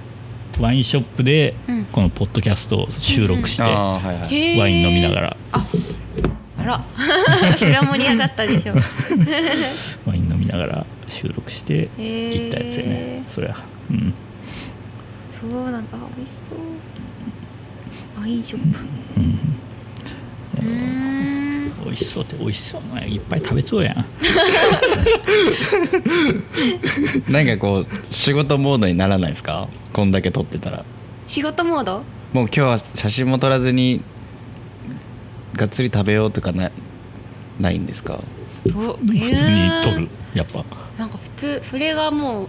S1: ワインショップで
S3: うん
S1: このポッドキャストを収録して、
S2: ああはいはい
S3: へー
S1: ワイン飲みながら
S3: あらそれは盛り上がったで <laughs> しょ
S1: ワイン飲みながら収録して
S3: へ
S1: 行ったやつやね、
S3: え
S1: それはうん
S3: そうなんだ美味しそうワインショップうーん
S1: 美味美味しそうって美味しそうなのいっぱい食べそうやん
S2: なんかこう仕事モードにならないですかこんだけ撮ってたら
S3: 仕事モード
S2: もう今日は写真も撮らずにがっつり食べようとかなないんですか
S3: と
S1: 普通に取る
S3: え
S1: やっぱ
S3: ーなんか普通それがもう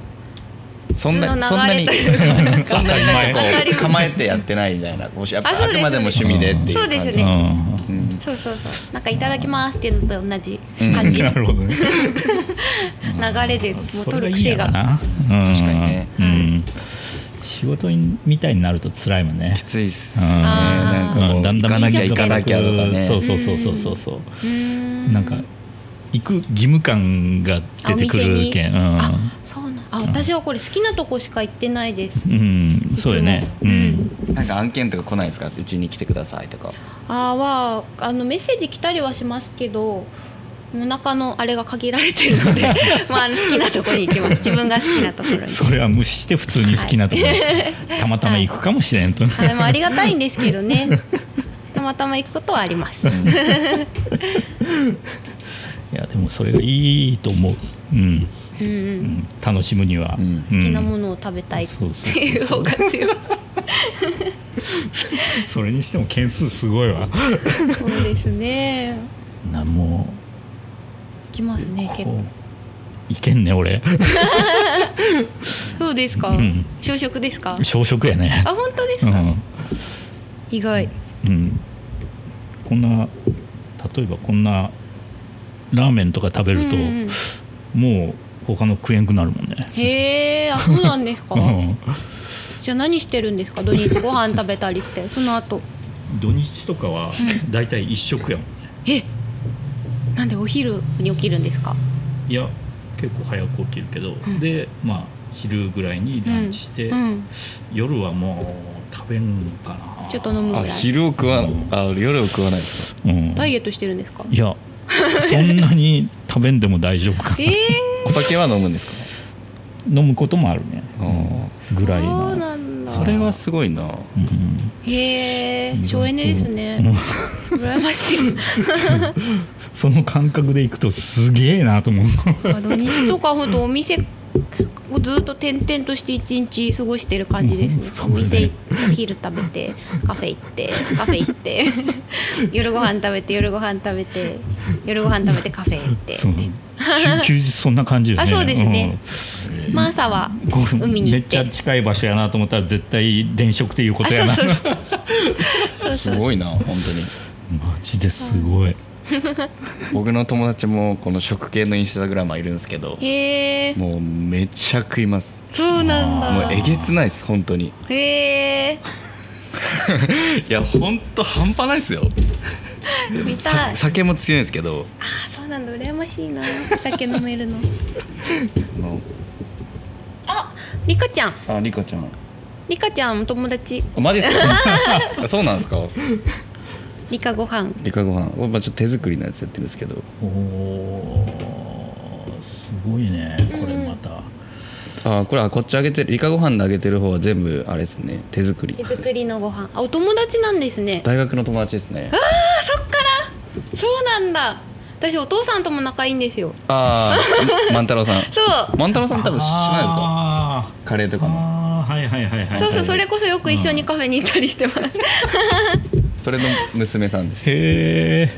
S2: そんな
S3: 普通
S2: そん
S3: の
S2: な
S3: 流れ
S2: に
S3: というか
S2: そんなになんか
S3: 当た
S2: こ
S3: り
S2: う
S3: 前
S2: 構えてやってないみたいなもしやっぱ
S3: あそう
S2: あ
S3: です
S2: くまでも趣味でっていう
S3: そうです
S1: う
S3: ね
S1: ん
S2: うん
S3: そうそうそうなんか「いただきます」っていうのと同じ感じ、
S1: なるほどね
S3: 流れでもう
S1: そ
S3: 取
S1: れがい
S3: る
S1: いん
S3: 癖
S1: や
S3: が
S1: ろなうん
S2: 確かにね
S1: うん仕事みたいになると辛いもんね
S5: きついっす
S1: うん
S3: あー
S1: うんだんだ
S5: 行
S1: ん
S5: かなきゃ行かなきゃとかね
S1: そうそうそうそうそうそう
S3: うーん
S1: なんか行く義務感が出てく
S3: あお店
S1: る
S3: に
S1: けん
S3: あそうなんあ私はこれ好きなとこしか行ってないです
S1: うん、うん、そうよね
S3: う
S1: うんん
S2: なんか案件とか来ないですかうちに来てくださいとか
S3: あーはあのメッセージ来たりはしますけどお腹のあれが限られてるので <laughs> まああの好きなとこに行きます自分が好きなところに
S1: それは無視して普通に好きなところにたまたま行くかもしれんと
S3: あでもありがたいんですけどねたまたま行くことはあります
S1: いやでもそれがいいと思う、うん
S3: うんう
S1: うんん、楽しむには、
S2: うん
S3: 好きなものを食べたいっていう方が強い
S1: それにしても件数すごいわ
S3: そうですね
S1: なも
S3: 行きます
S1: う
S3: ね結
S1: こ
S3: 構
S1: ういけんね俺
S3: そうですか、
S1: うん
S3: 朝食ですか
S1: 小食やね
S3: あ本当です
S1: う
S3: か、
S1: ん、
S3: 意外
S1: うん、こんな例えばこんなラーメンとか食べると、
S3: うんうん
S1: もう他の食えんくなるもんね
S3: へえあそうなんですか
S1: うん
S3: じゃあ何してるんですか土日ご飯食べたりしてその後
S1: 土日とかは大体一食やもんね
S3: えなんでお昼に起きるんですか
S1: いや結構早く起きるけど、
S3: ん
S1: でまあ昼ぐらいにランチして、
S3: うん、
S1: 夜はもう食べんかな
S3: ちょっと飲むぐ
S2: あ
S3: らい
S2: 昼を食わあ夜を食わないですか
S1: うん
S3: ダイエットしてるんですか
S1: いやそんなに食べんでも大丈夫かな
S3: えー、
S2: お酒は飲むんです
S1: 飲むこともあるね、
S2: かね
S1: うんぐらいの
S3: そうなんだ
S2: それはすごいな
S1: うん
S3: へえ省エネです
S1: うん
S3: ね羨ましい
S1: その感覚でいくとすげえなと思う
S3: あ土日とか本当お店をずっと転々として一日過ごしてる感じですね
S1: うんそうね
S3: お店行ってお昼食べてカフェ行ってカフェ行って <laughs> 夜ご飯食べて夜ご飯食べて夜ご飯食べてカフェ行って
S1: そう休休日そんな感じよね
S3: あそうですね、まあ朝は
S1: うんこう
S3: 海に
S1: め
S3: 行
S1: っ
S3: っ
S1: ち
S3: て
S1: ゃ近い場所やなと思ったら絶対連食っていうことやな
S3: あそ
S1: <laughs>
S3: うそうそうそう
S2: す
S3: そうそう
S2: ごいな本当に
S1: マジですごい
S2: 僕の友達もこの食系のインスタグラマーいるんですけど
S3: へえ
S2: もうめちゃ食います
S3: そうなんだ
S2: もうえげつないです本当に
S3: へえ
S2: いや本当半端ないですよ
S3: 見た
S2: さ
S3: い
S2: 酒も強いんですけど
S3: あーそうなんだ羨ましいな酒飲めるの
S2: もう
S3: あリカちゃん
S2: あリカちゃん
S3: リカちゃんお友達
S2: あマジです <laughs> かそうなんですか
S3: リカご飯
S2: リカご飯まあちょっと手作りのやつやってるんですけど
S1: おーすごいねこれまた、
S2: あこれあこっちあげてるリカご飯であげてる方は全部あれですね手作り
S3: 手作りのご飯あお友達なんですね <laughs>
S2: 大学の友達ですね
S3: あそっからそうなんだ私お父さんとも仲いいんですよ
S2: ああ万太郎さん
S3: そう
S2: 万太郎さん多分知らないですか
S1: あ
S2: カレーと
S1: ー
S2: かの
S1: あーはいはいはいはい
S3: そうそうそれこそよく一緒にカフェに行ったりしてます
S2: それの娘さんです
S1: へえ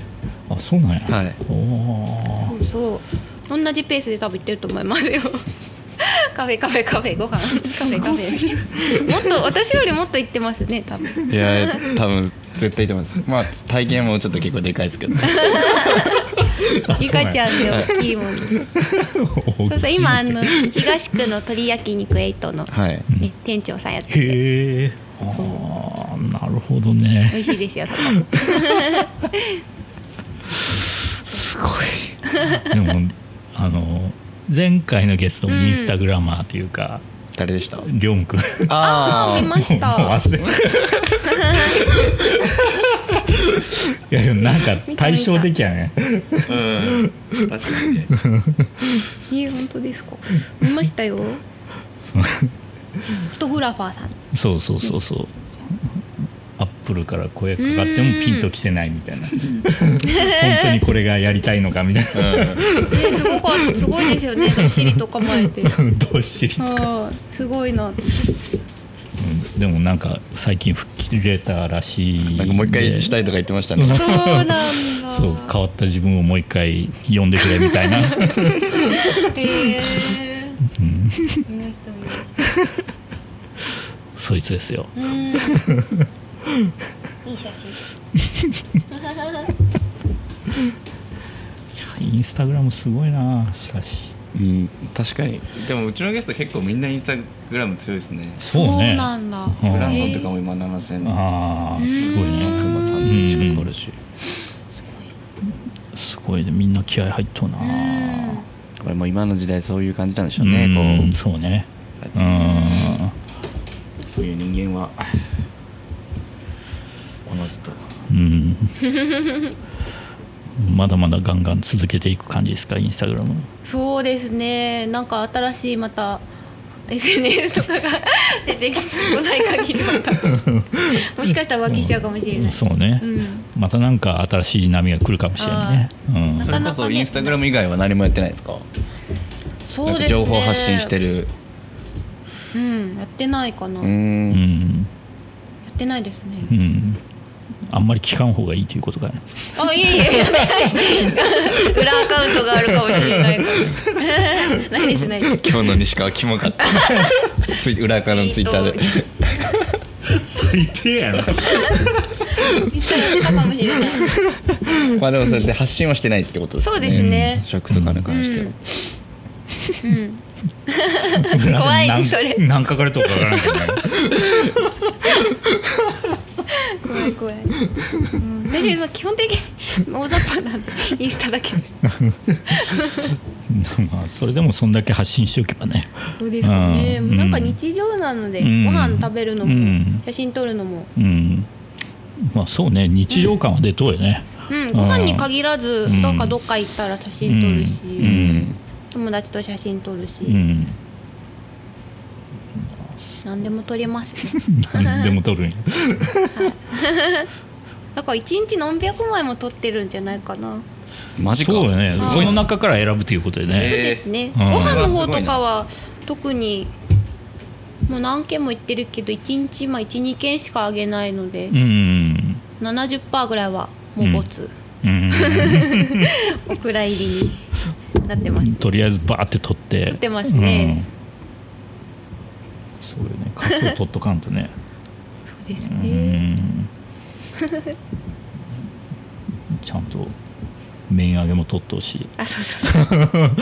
S1: あそうなんや、
S2: はい
S1: おお
S3: そうそう同じペースで食べてると思いますよ <laughs> カフェカフェカフェご飯カフェカフェもっと私よりもっと行ってますね多 <laughs> 分
S2: いや多分絶対行ってますまあ体験もちょっと結構でかいですけど
S3: リカちゃんで大きいもんそうそう今あの東区の鶏焼肉エイトの、
S2: <laughs> はい
S3: ね、店長さんやってて
S1: へえああなるほどね
S3: 美味しいですよそこ
S1: すごい <laughs> でもあの前回のゲストもインスタグラマーというか、
S2: 誰でした
S1: りょんくん
S2: あ
S3: <laughs> あ見まし
S1: もう
S3: た <laughs>
S1: 忘れいやでもなんか対照的やね
S2: うん確かにね
S3: え本当ですか見ましたよフ
S1: そう
S3: ォトグラファーさん
S1: そうそうそうそうアップルから声かかってもピンときてないみたいな本当にこれがやりたいのかみたいな
S3: ねすごかすごいですよねどっしりと構えて
S1: どっしりと、
S3: うんすごいな
S1: うんでもなんか最近吹っ切れたらしいんで
S2: なんかもう一回したいとか言ってましたね。
S3: そうなんだ
S1: そう変わった自分をもう一回呼んでくれみたい
S3: <laughs>
S1: な
S3: へえ見ました見ました
S1: そいつですよ
S3: うんいい写真
S1: インスタグラムすごいなしかし
S2: うん、確かに。
S4: でもうちのゲスト結構みんなインスタグラム強いですね
S1: そうね
S3: なんだ
S1: うん
S4: ブランコとかも今7000
S1: ああすごいね
S2: 僕も3000近くあるし。
S1: すごいねみんな気合入っとうな
S3: うん
S2: やっぱりもう今の時代そういう感じなんでしょうね。
S1: うん
S2: こ
S1: そうねうん
S2: うそういう人間はおのずと。
S1: うん <laughs> まだまだガンガン続けていく感じですかインスタグラム
S3: そうですねなんか新しいまた SNS とかが <laughs> 出てきてこない限りまた
S2: <laughs>
S3: もしかしたら浮気しちゃうかもしれない、
S1: そうね、
S3: うん、
S1: またなんか新しい波が来るかもしれないね、うん、
S3: な
S2: そ
S3: か
S2: れ
S3: な
S2: こ
S3: か
S2: そ
S3: ね
S2: インスタグラム以外は何もやってないですか。
S3: そう
S2: な
S3: で
S2: んか
S3: すね
S2: 情報発信してる。
S3: うんやってないかな、
S2: う。
S3: や
S1: うんん
S3: ってないですね、
S1: うんあんまり聞かん方がいいということかね
S3: あいえいえやって
S2: <laughs>
S3: ない裏アカウントがあるかもしれないから <laughs> ないですないです
S2: 今日の西川キモかった。 <laughs> ツイ裏側のツイッターで。
S1: 最低 <laughs> やろ
S3: 一回やってたかもしれない
S2: <laughs> まあでもそれで発信はしてないってことですね。
S3: そうですね
S2: 食とかに関しては。
S3: うん怖いねそれ
S1: 何書かれたかわからんけどね
S3: 怖い怖い、うん、私今基本的に大雑把なんでインスタだけで
S1: <laughs> まあそれでもそんだけ発信しておけばね
S3: どうですかね、
S1: うん
S3: なんか日常なので、
S1: うん
S3: ご飯食べるのも、
S1: うん
S3: 写真撮るのも、
S1: うんまあそうね日常感は出とうよね、
S3: うん、ご飯に限らず、
S1: ん
S3: どっかどっか行ったら写真撮るし、
S1: うん
S3: 友達と写真撮るし、
S1: うん、
S3: 何でも撮れますね
S1: 何でも撮るんや
S3: だから一日何百枚も撮ってるんじゃないかな、
S2: <laughs> マジか。
S1: そうよね
S3: す
S1: そ
S3: ごい
S1: の中から選ぶということで
S4: え
S1: ね、
S3: そうですね、
S1: うん
S3: ご飯の方とかは特にもう何件も行ってるけど一日まあ12件しかあげないので、
S1: うん
S3: 70%ぐらいはもうボツ、
S1: うん、
S3: お蔵入りになっ
S2: <laughs>
S3: てます
S1: とりあえずバーって撮って
S3: 撮ってます
S1: う
S3: ね、
S1: んそうよね数を取っとかんとね
S3: そうです
S1: う
S3: ね、
S1: んちゃんと面上げも取ってほしい
S3: あそうそうそう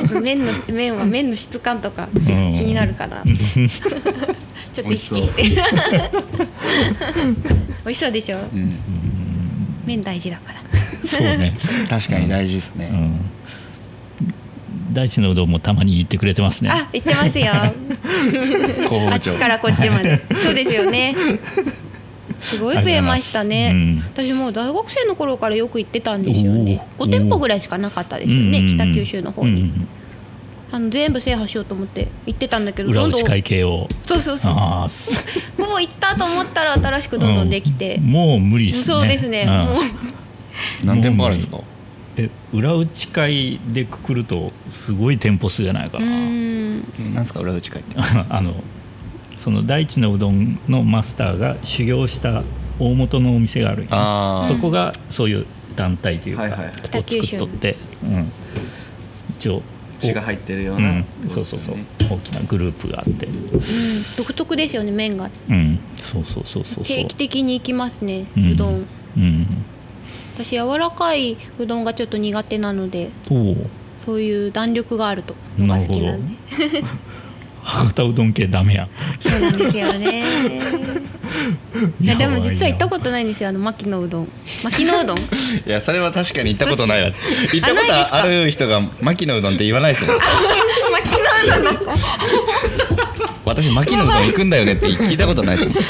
S3: ちょっと麺の
S1: <laughs>
S3: 麺は麺の質感とか気
S1: ん
S3: になるかな <laughs> ちょっと意識して美味しそうでしょ
S2: うん。
S3: 麺大事だから
S1: そう
S3: <laughs>
S1: ね、
S2: 確かに大事ですね。
S1: うん、大地のうどんもたまに言ってくれてますね
S3: あ、行ってますよ。あ
S2: 広報
S3: っ
S2: 部長
S3: ちからこっちまで。そうですよね。すごい増えました
S1: あり
S3: ね
S1: が。
S3: 私もう大学生の頃からよく行ってたんですよね。
S1: おー
S3: 5店舗ぐらいしかなかったです
S1: う
S3: よ
S1: んうん
S3: ね。
S1: うん
S3: 北九州の方
S1: う
S3: に。
S1: ん
S3: あの全部制覇しようと思って行ってたんだけ
S1: うん
S3: ど、
S1: 裏
S3: どん
S1: 打
S3: どん。
S1: ち会計を
S3: そうそうそう。
S1: ああす
S3: ほぼ行ったと思ったら新しくどんどんできて
S1: う。もう無理ですね
S3: そうですね。
S1: ん
S3: もう
S2: 何店舗あるんですか。
S1: え裏打ち会でくくるとすごい店舗数じゃないか
S3: う
S1: な、
S3: ーん。
S2: なんですか裏口会っ
S1: <laughs>
S2: て。
S1: あのその大地のうどんのマスターが修行した大元のお店があるんよ
S2: あー
S1: そこがそういう団体というか、
S2: はいはいはい
S1: を作っとって、うん、一応
S2: 血が入ってるよう
S1: う
S2: な、
S1: ん、そうそうそう大きなグループがあって
S3: うん独特ですよね、麺が。
S1: うんそうそうそうそうそう
S3: 定期的に行きますね、
S1: うん
S3: うどん。
S1: うん
S3: 私柔らかいうどんがちょっと苦手なので
S1: おお
S3: そういう弾力があるとの
S1: な
S3: が
S1: る
S3: 好
S1: ほ
S3: き
S1: ど <laughs>
S3: なんで
S1: 博多うどん系ダメやん
S3: そうなんですよねいやでも実は行ったことないんですよあの牧野うどん <laughs> 牧野うどん
S2: いやそれは確かに行ったことないわ行ったこ
S3: ないです
S2: と
S3: か
S2: ある人が牧野うどんって言わないですよね
S3: 牧野うどんだったあ
S2: 私牧野うどん行くんだよねって聞いたことないですもん
S3: ー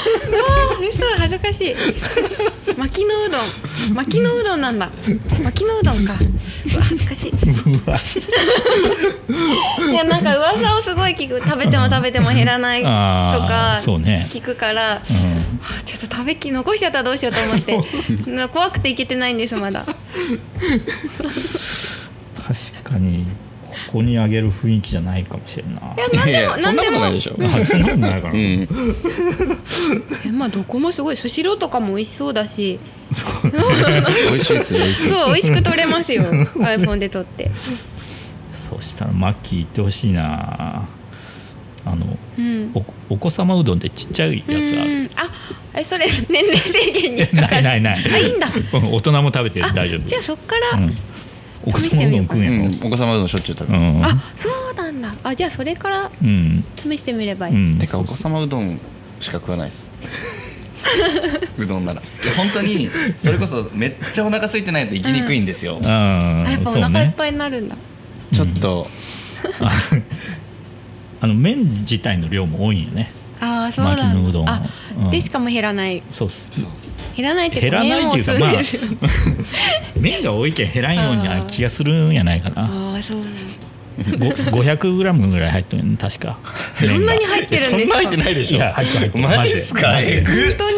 S3: 嘘恥ずかしい牧野うどん牧野うどんなんだ牧野うどんかうわ恥ずかしいいやなんか噂をすごい聞く食べても食べても減らないと
S1: あー
S3: か
S1: そうね
S3: 聞くから、
S1: うん
S3: あちょっと食べき残しちゃったらどうしようと思ってな怖くて行けてないんですまだ
S1: 確かにここにあげる雰囲気じゃないかもしれん
S3: <laughs>
S1: ない
S3: いや
S2: いやい
S3: 何でも
S2: やそんなことな
S3: 何でも
S2: いでしょ
S1: あそんなことないかな、
S2: うん
S3: えまあどこもすごいスシローとかも美味しそうだし
S2: 美味しいですよ美味しい
S3: すごい美味しく取れますよ iPhone で撮って
S1: そうしたらマッキー行ってほしいなあの
S3: うん
S1: おお子様うどんでちっちゃいやつあ
S3: う
S1: る
S3: んあえそれ <laughs> 年齢制限に引っかか
S1: ない
S3: る
S1: ないない
S3: あいいんだ
S1: うん <laughs> 大人も食べて
S3: あ
S1: 大丈夫
S3: じゃあそっから、
S1: うん、お子
S3: 試して
S1: 様うど
S3: みよ
S1: ん
S3: うか
S1: 食うんやろ
S2: うんお子様うどんしょっちゅう食べ
S1: う
S2: ま
S1: ん
S3: あそうなんだあじゃあそれから
S1: うん
S3: 試してみればいい、
S1: うん
S2: すてかお子様うどんしか食わないですうどんならいや本当にそれこそめっちゃお腹空いてないと行きにくいんですよ、
S1: あ
S3: あやっぱお
S1: そう
S3: 腹いっ
S1: ね
S3: ぱいになるんだ、
S2: ちょっと
S1: あの麺自体の量も多いんよね
S3: ああそうなんだ
S1: 巻きのうどん
S3: あ、
S1: うん
S3: でしかも減らない
S1: そうっす
S3: 減らないって
S1: 減らないっていうか
S3: 麺を吸んですよ、
S1: 麺が多いけん減らんようにな気がするんやないかな
S3: <laughs> ああーそうなんだ
S1: ご 500g ぐらい入ってるね確か
S3: そんなに入ってるん
S2: そ
S3: ですか
S2: んな入ってないでしょ
S1: いや入ってる入ってる
S2: マジっすか
S1: マジで
S2: えぐ
S3: 本当に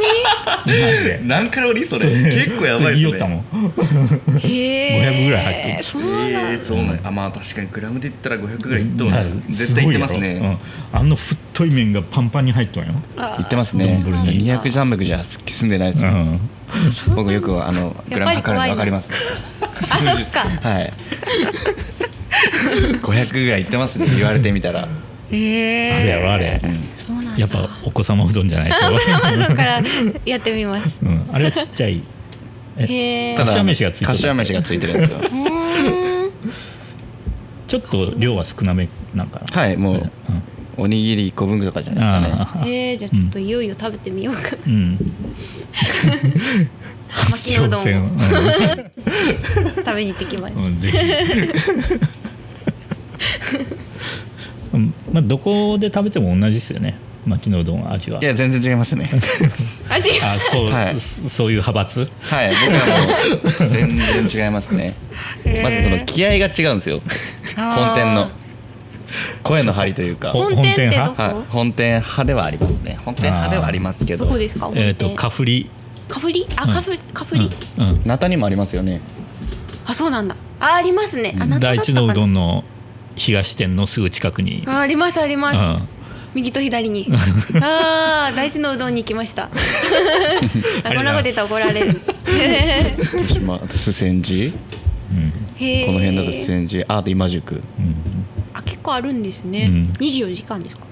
S1: マジで
S2: 何カロリーそれ結構やばいです
S1: 言
S2: ね
S1: おったもん
S3: へえ
S1: 500ぐらい入ってる
S3: そうなんだ、
S2: えー、そうなんやあまあ確かにグラムで言ったら500ぐらいいっとんや絶対い
S1: い
S2: っ
S1: やろ
S2: てますね
S1: うんあの太い麺がパンパンに入っとんよ
S3: あー
S2: いってます
S3: そう
S2: ね
S3: なんだ
S2: 200 300じゃ住んでないです
S1: う
S2: もん
S1: ん
S2: 僕よくあの
S3: や
S2: グラム
S3: っぱり
S2: 測る
S3: 怖
S2: の
S3: いな
S2: 分かります
S3: あそっか
S2: はい500ぐらいいってますね言われてみたら、
S3: へえ
S1: あれやろあれ
S3: そうなんだ
S1: やっぱお子様うどんじ
S3: <laughs>
S1: ゃないと
S3: あお子様のからやってみます
S1: うんあれはちっちゃい <laughs> え
S3: へえ
S1: ただ柏飯がついてる
S2: 柏飯がついてるんですよ
S1: <laughs> ちょっと量は少なめなんかな
S2: はいもう
S1: うん
S2: おにぎり1個分とかじゃないですかね
S1: あー
S3: えー、じゃあちょっといよいよ食べてみようかな、
S1: うん
S3: 巻きのうど
S1: 挑戦
S3: んを食べに行ってきます、
S1: うん、うん、ぜひうんまあどこで食べても同じですよね巻きのうどんは味はい
S2: や全然違いますね
S3: 味が
S1: あそう、
S2: はい
S1: そういう派閥
S2: はい僕はもう全然違いますね
S3: へー
S2: まずその気合が違うんですよ
S3: あー
S2: 本店の声の張りというか
S1: ほ
S3: 本店ってどこ、
S2: はい、本店派ではありますね本店派ではありますけど
S3: どこですか本店
S1: えっ、とカフリ
S3: かぶりあ
S1: うん
S3: かぶかぶり、
S1: うんうん
S2: ナタにもありますよね
S3: あそうなんだあありますねあなんとか
S1: 第
S3: だった
S1: 一
S3: かな
S1: のうどんの東店のすぐ近くに、
S3: あありますあります、
S1: うん
S3: 右と
S1: <laughs>
S3: 左にああ大事のうどんに行きましたあ
S1: あり
S3: こ
S1: がとうございます
S3: んなこと言ったら怒られる
S2: 豊島スセンジ
S1: うん
S3: へー
S2: この辺だとスセンジああと今宿
S1: うん、
S3: あ結構あるんですね、
S1: うん
S3: 24時間ですか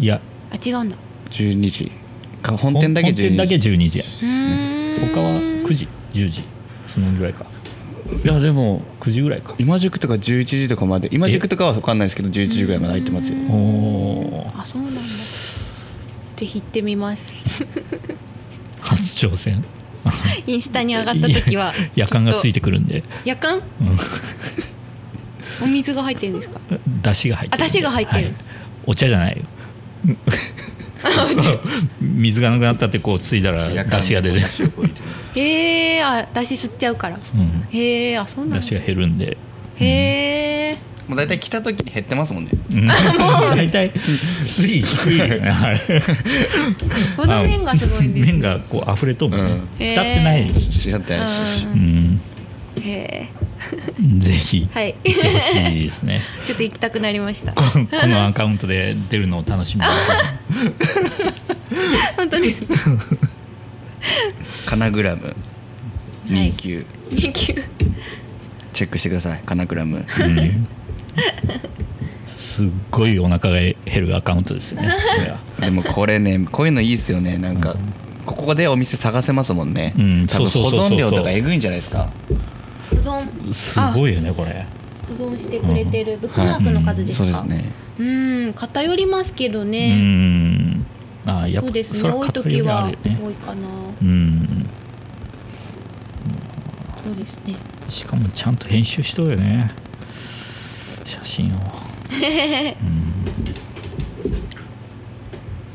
S1: いや
S3: あ違うんだ
S2: 12時か本店だけ12
S1: 本
S2: 時
S1: 店だけ12時や
S3: うーん
S1: 他は9時10時そのぐらいか
S2: いやでも
S1: 9時ぐらいか
S2: 今宿とか11時とかまで今宿とかは分かんないですけど11時ぐらいまで入ってますよ
S1: おお
S3: あそうなんだぜひ行ってみます <laughs>
S1: 初挑戦
S3: インスタに上がった時は
S1: 夜間がついて
S3: て
S1: くるんで、
S3: 夜間 <laughs> お水が入ってるんですか
S1: うん、出汁が入ってる
S3: あ出汁が入ってる
S1: はいお茶じゃないよ <laughs> 水がなくなったってこうついだら出汁が出る、
S3: へえあだし吸っちゃうから
S1: うん、
S3: へえあそうな
S1: 出
S3: んだ
S1: 汁が減るん
S3: <laughs>
S1: で、
S3: へえ
S2: もう大体来た時減ってますもんね
S1: うん、大体水位低いよねあれ
S3: この麺がすごいんです
S1: 麺がこう溢れとんね、
S2: うん
S1: 浸ってない、
S2: 知らってないし
S3: う
S1: うんん、
S3: へえ
S1: ぜひ
S3: はい
S1: 行ってほしいです
S3: <laughs>
S1: ね
S3: ちょっと行きたくなりました
S1: ここのアカウントで出るのを楽しみに
S3: 本当です
S2: カナグラム人気
S3: 人気が
S2: チェックしてくださいカナグラム
S1: すっごいお腹が減るアカウントです
S3: <laughs>
S1: ねこれは
S2: でもこれねこういうのいいっすよねなんか、ここでお店探せますもんね、
S1: うん
S2: 多分
S1: そう
S2: 保
S1: そうそうそう
S2: 存量とかえぐいんじゃないですか
S3: うどん
S1: すごいよねこれ
S3: うどんしてくれてるブックマークの数です
S2: そ
S3: か、
S2: うですね
S3: うん偏りますけど
S1: う
S3: ね、
S1: んあーやっ
S3: そ
S1: ぱ
S3: うです
S1: それ
S3: ね多い
S1: 偏り
S3: 時は
S1: あるよね
S3: 多いかな
S1: うん
S3: そうですね
S1: しかもちゃんと編集しとるよね写真を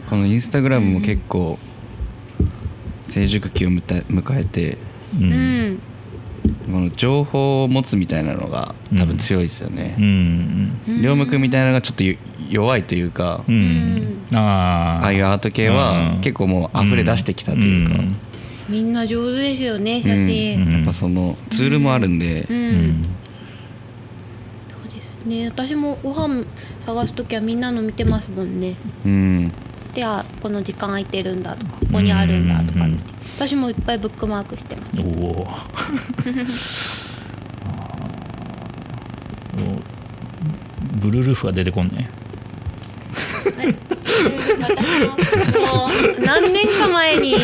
S2: このインスタグラムも結構成熟期を迎え迎えて
S1: う
S3: うん、
S1: ん
S2: この情報を持つみたいなのが多分強いですよ
S1: う
S2: ね、
S1: ん
S3: うん
S2: 両向くみたいなのがちょっとよ弱いというか、
S1: うん、
S3: うん
S1: あ
S2: ああいうアート系は
S1: うん
S2: 結構もう溢れ出してきたというか、
S1: うん
S3: みんな上手ですよね写
S1: うん
S3: 真
S2: やっぱそのツールもあるんで、
S3: うん、
S1: うん
S3: そうですね私もご飯探す時はみんなの見てますもんね
S2: うん、
S3: であこの時間空いてるんだとかここにあるんだとか、
S1: うん
S3: 私もいっぱいブックマークしてます
S1: お
S3: <laughs>
S1: おあーもうブルールーフが出てこんね
S3: 私ももう何年か前に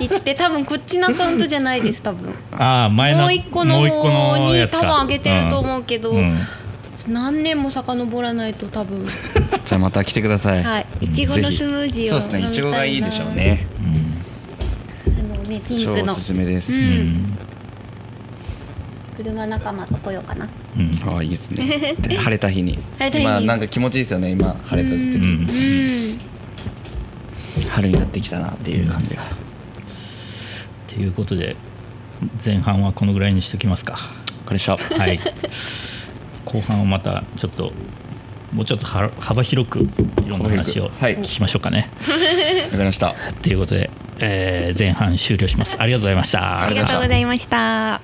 S3: 行って多分こっちのアカウントじゃないです多分
S1: ああ前の
S3: もう一個の
S1: もう一個
S3: 方
S1: のや
S3: に
S1: つ
S3: 多
S1: か
S3: 分上げてると思うけど、
S1: うんうん
S3: 何年も遡らないと多分
S2: じゃあまた来てください、
S3: はいいちご
S2: ぜ
S3: の
S2: ひ
S3: スムージーを
S2: そうですねいちごがいいでしょうね
S3: あのねピン
S2: 超
S3: ク
S2: お
S3: の
S2: すすめです、
S1: う
S3: うん
S1: ん
S3: 車仲間と来ようかな
S1: うん
S2: ああいいです
S3: <laughs>
S2: ねで晴れた日に
S3: 晴れた日に
S2: 今なんか気持ちいいですよね今晴れた時、
S1: うん
S3: うん
S2: 春になってきたなっていう感じが、
S1: ということで前半はこのぐらいにしときますか
S2: これしょ
S3: <laughs>
S1: はい後半はまたちょっともうちょっとは幅広くいろんな話を
S2: 幅広くはい
S1: 聞きましょうかね、
S2: わかりました
S1: ということで、えー前半終了しますありがとうございました
S3: ありがとうございました。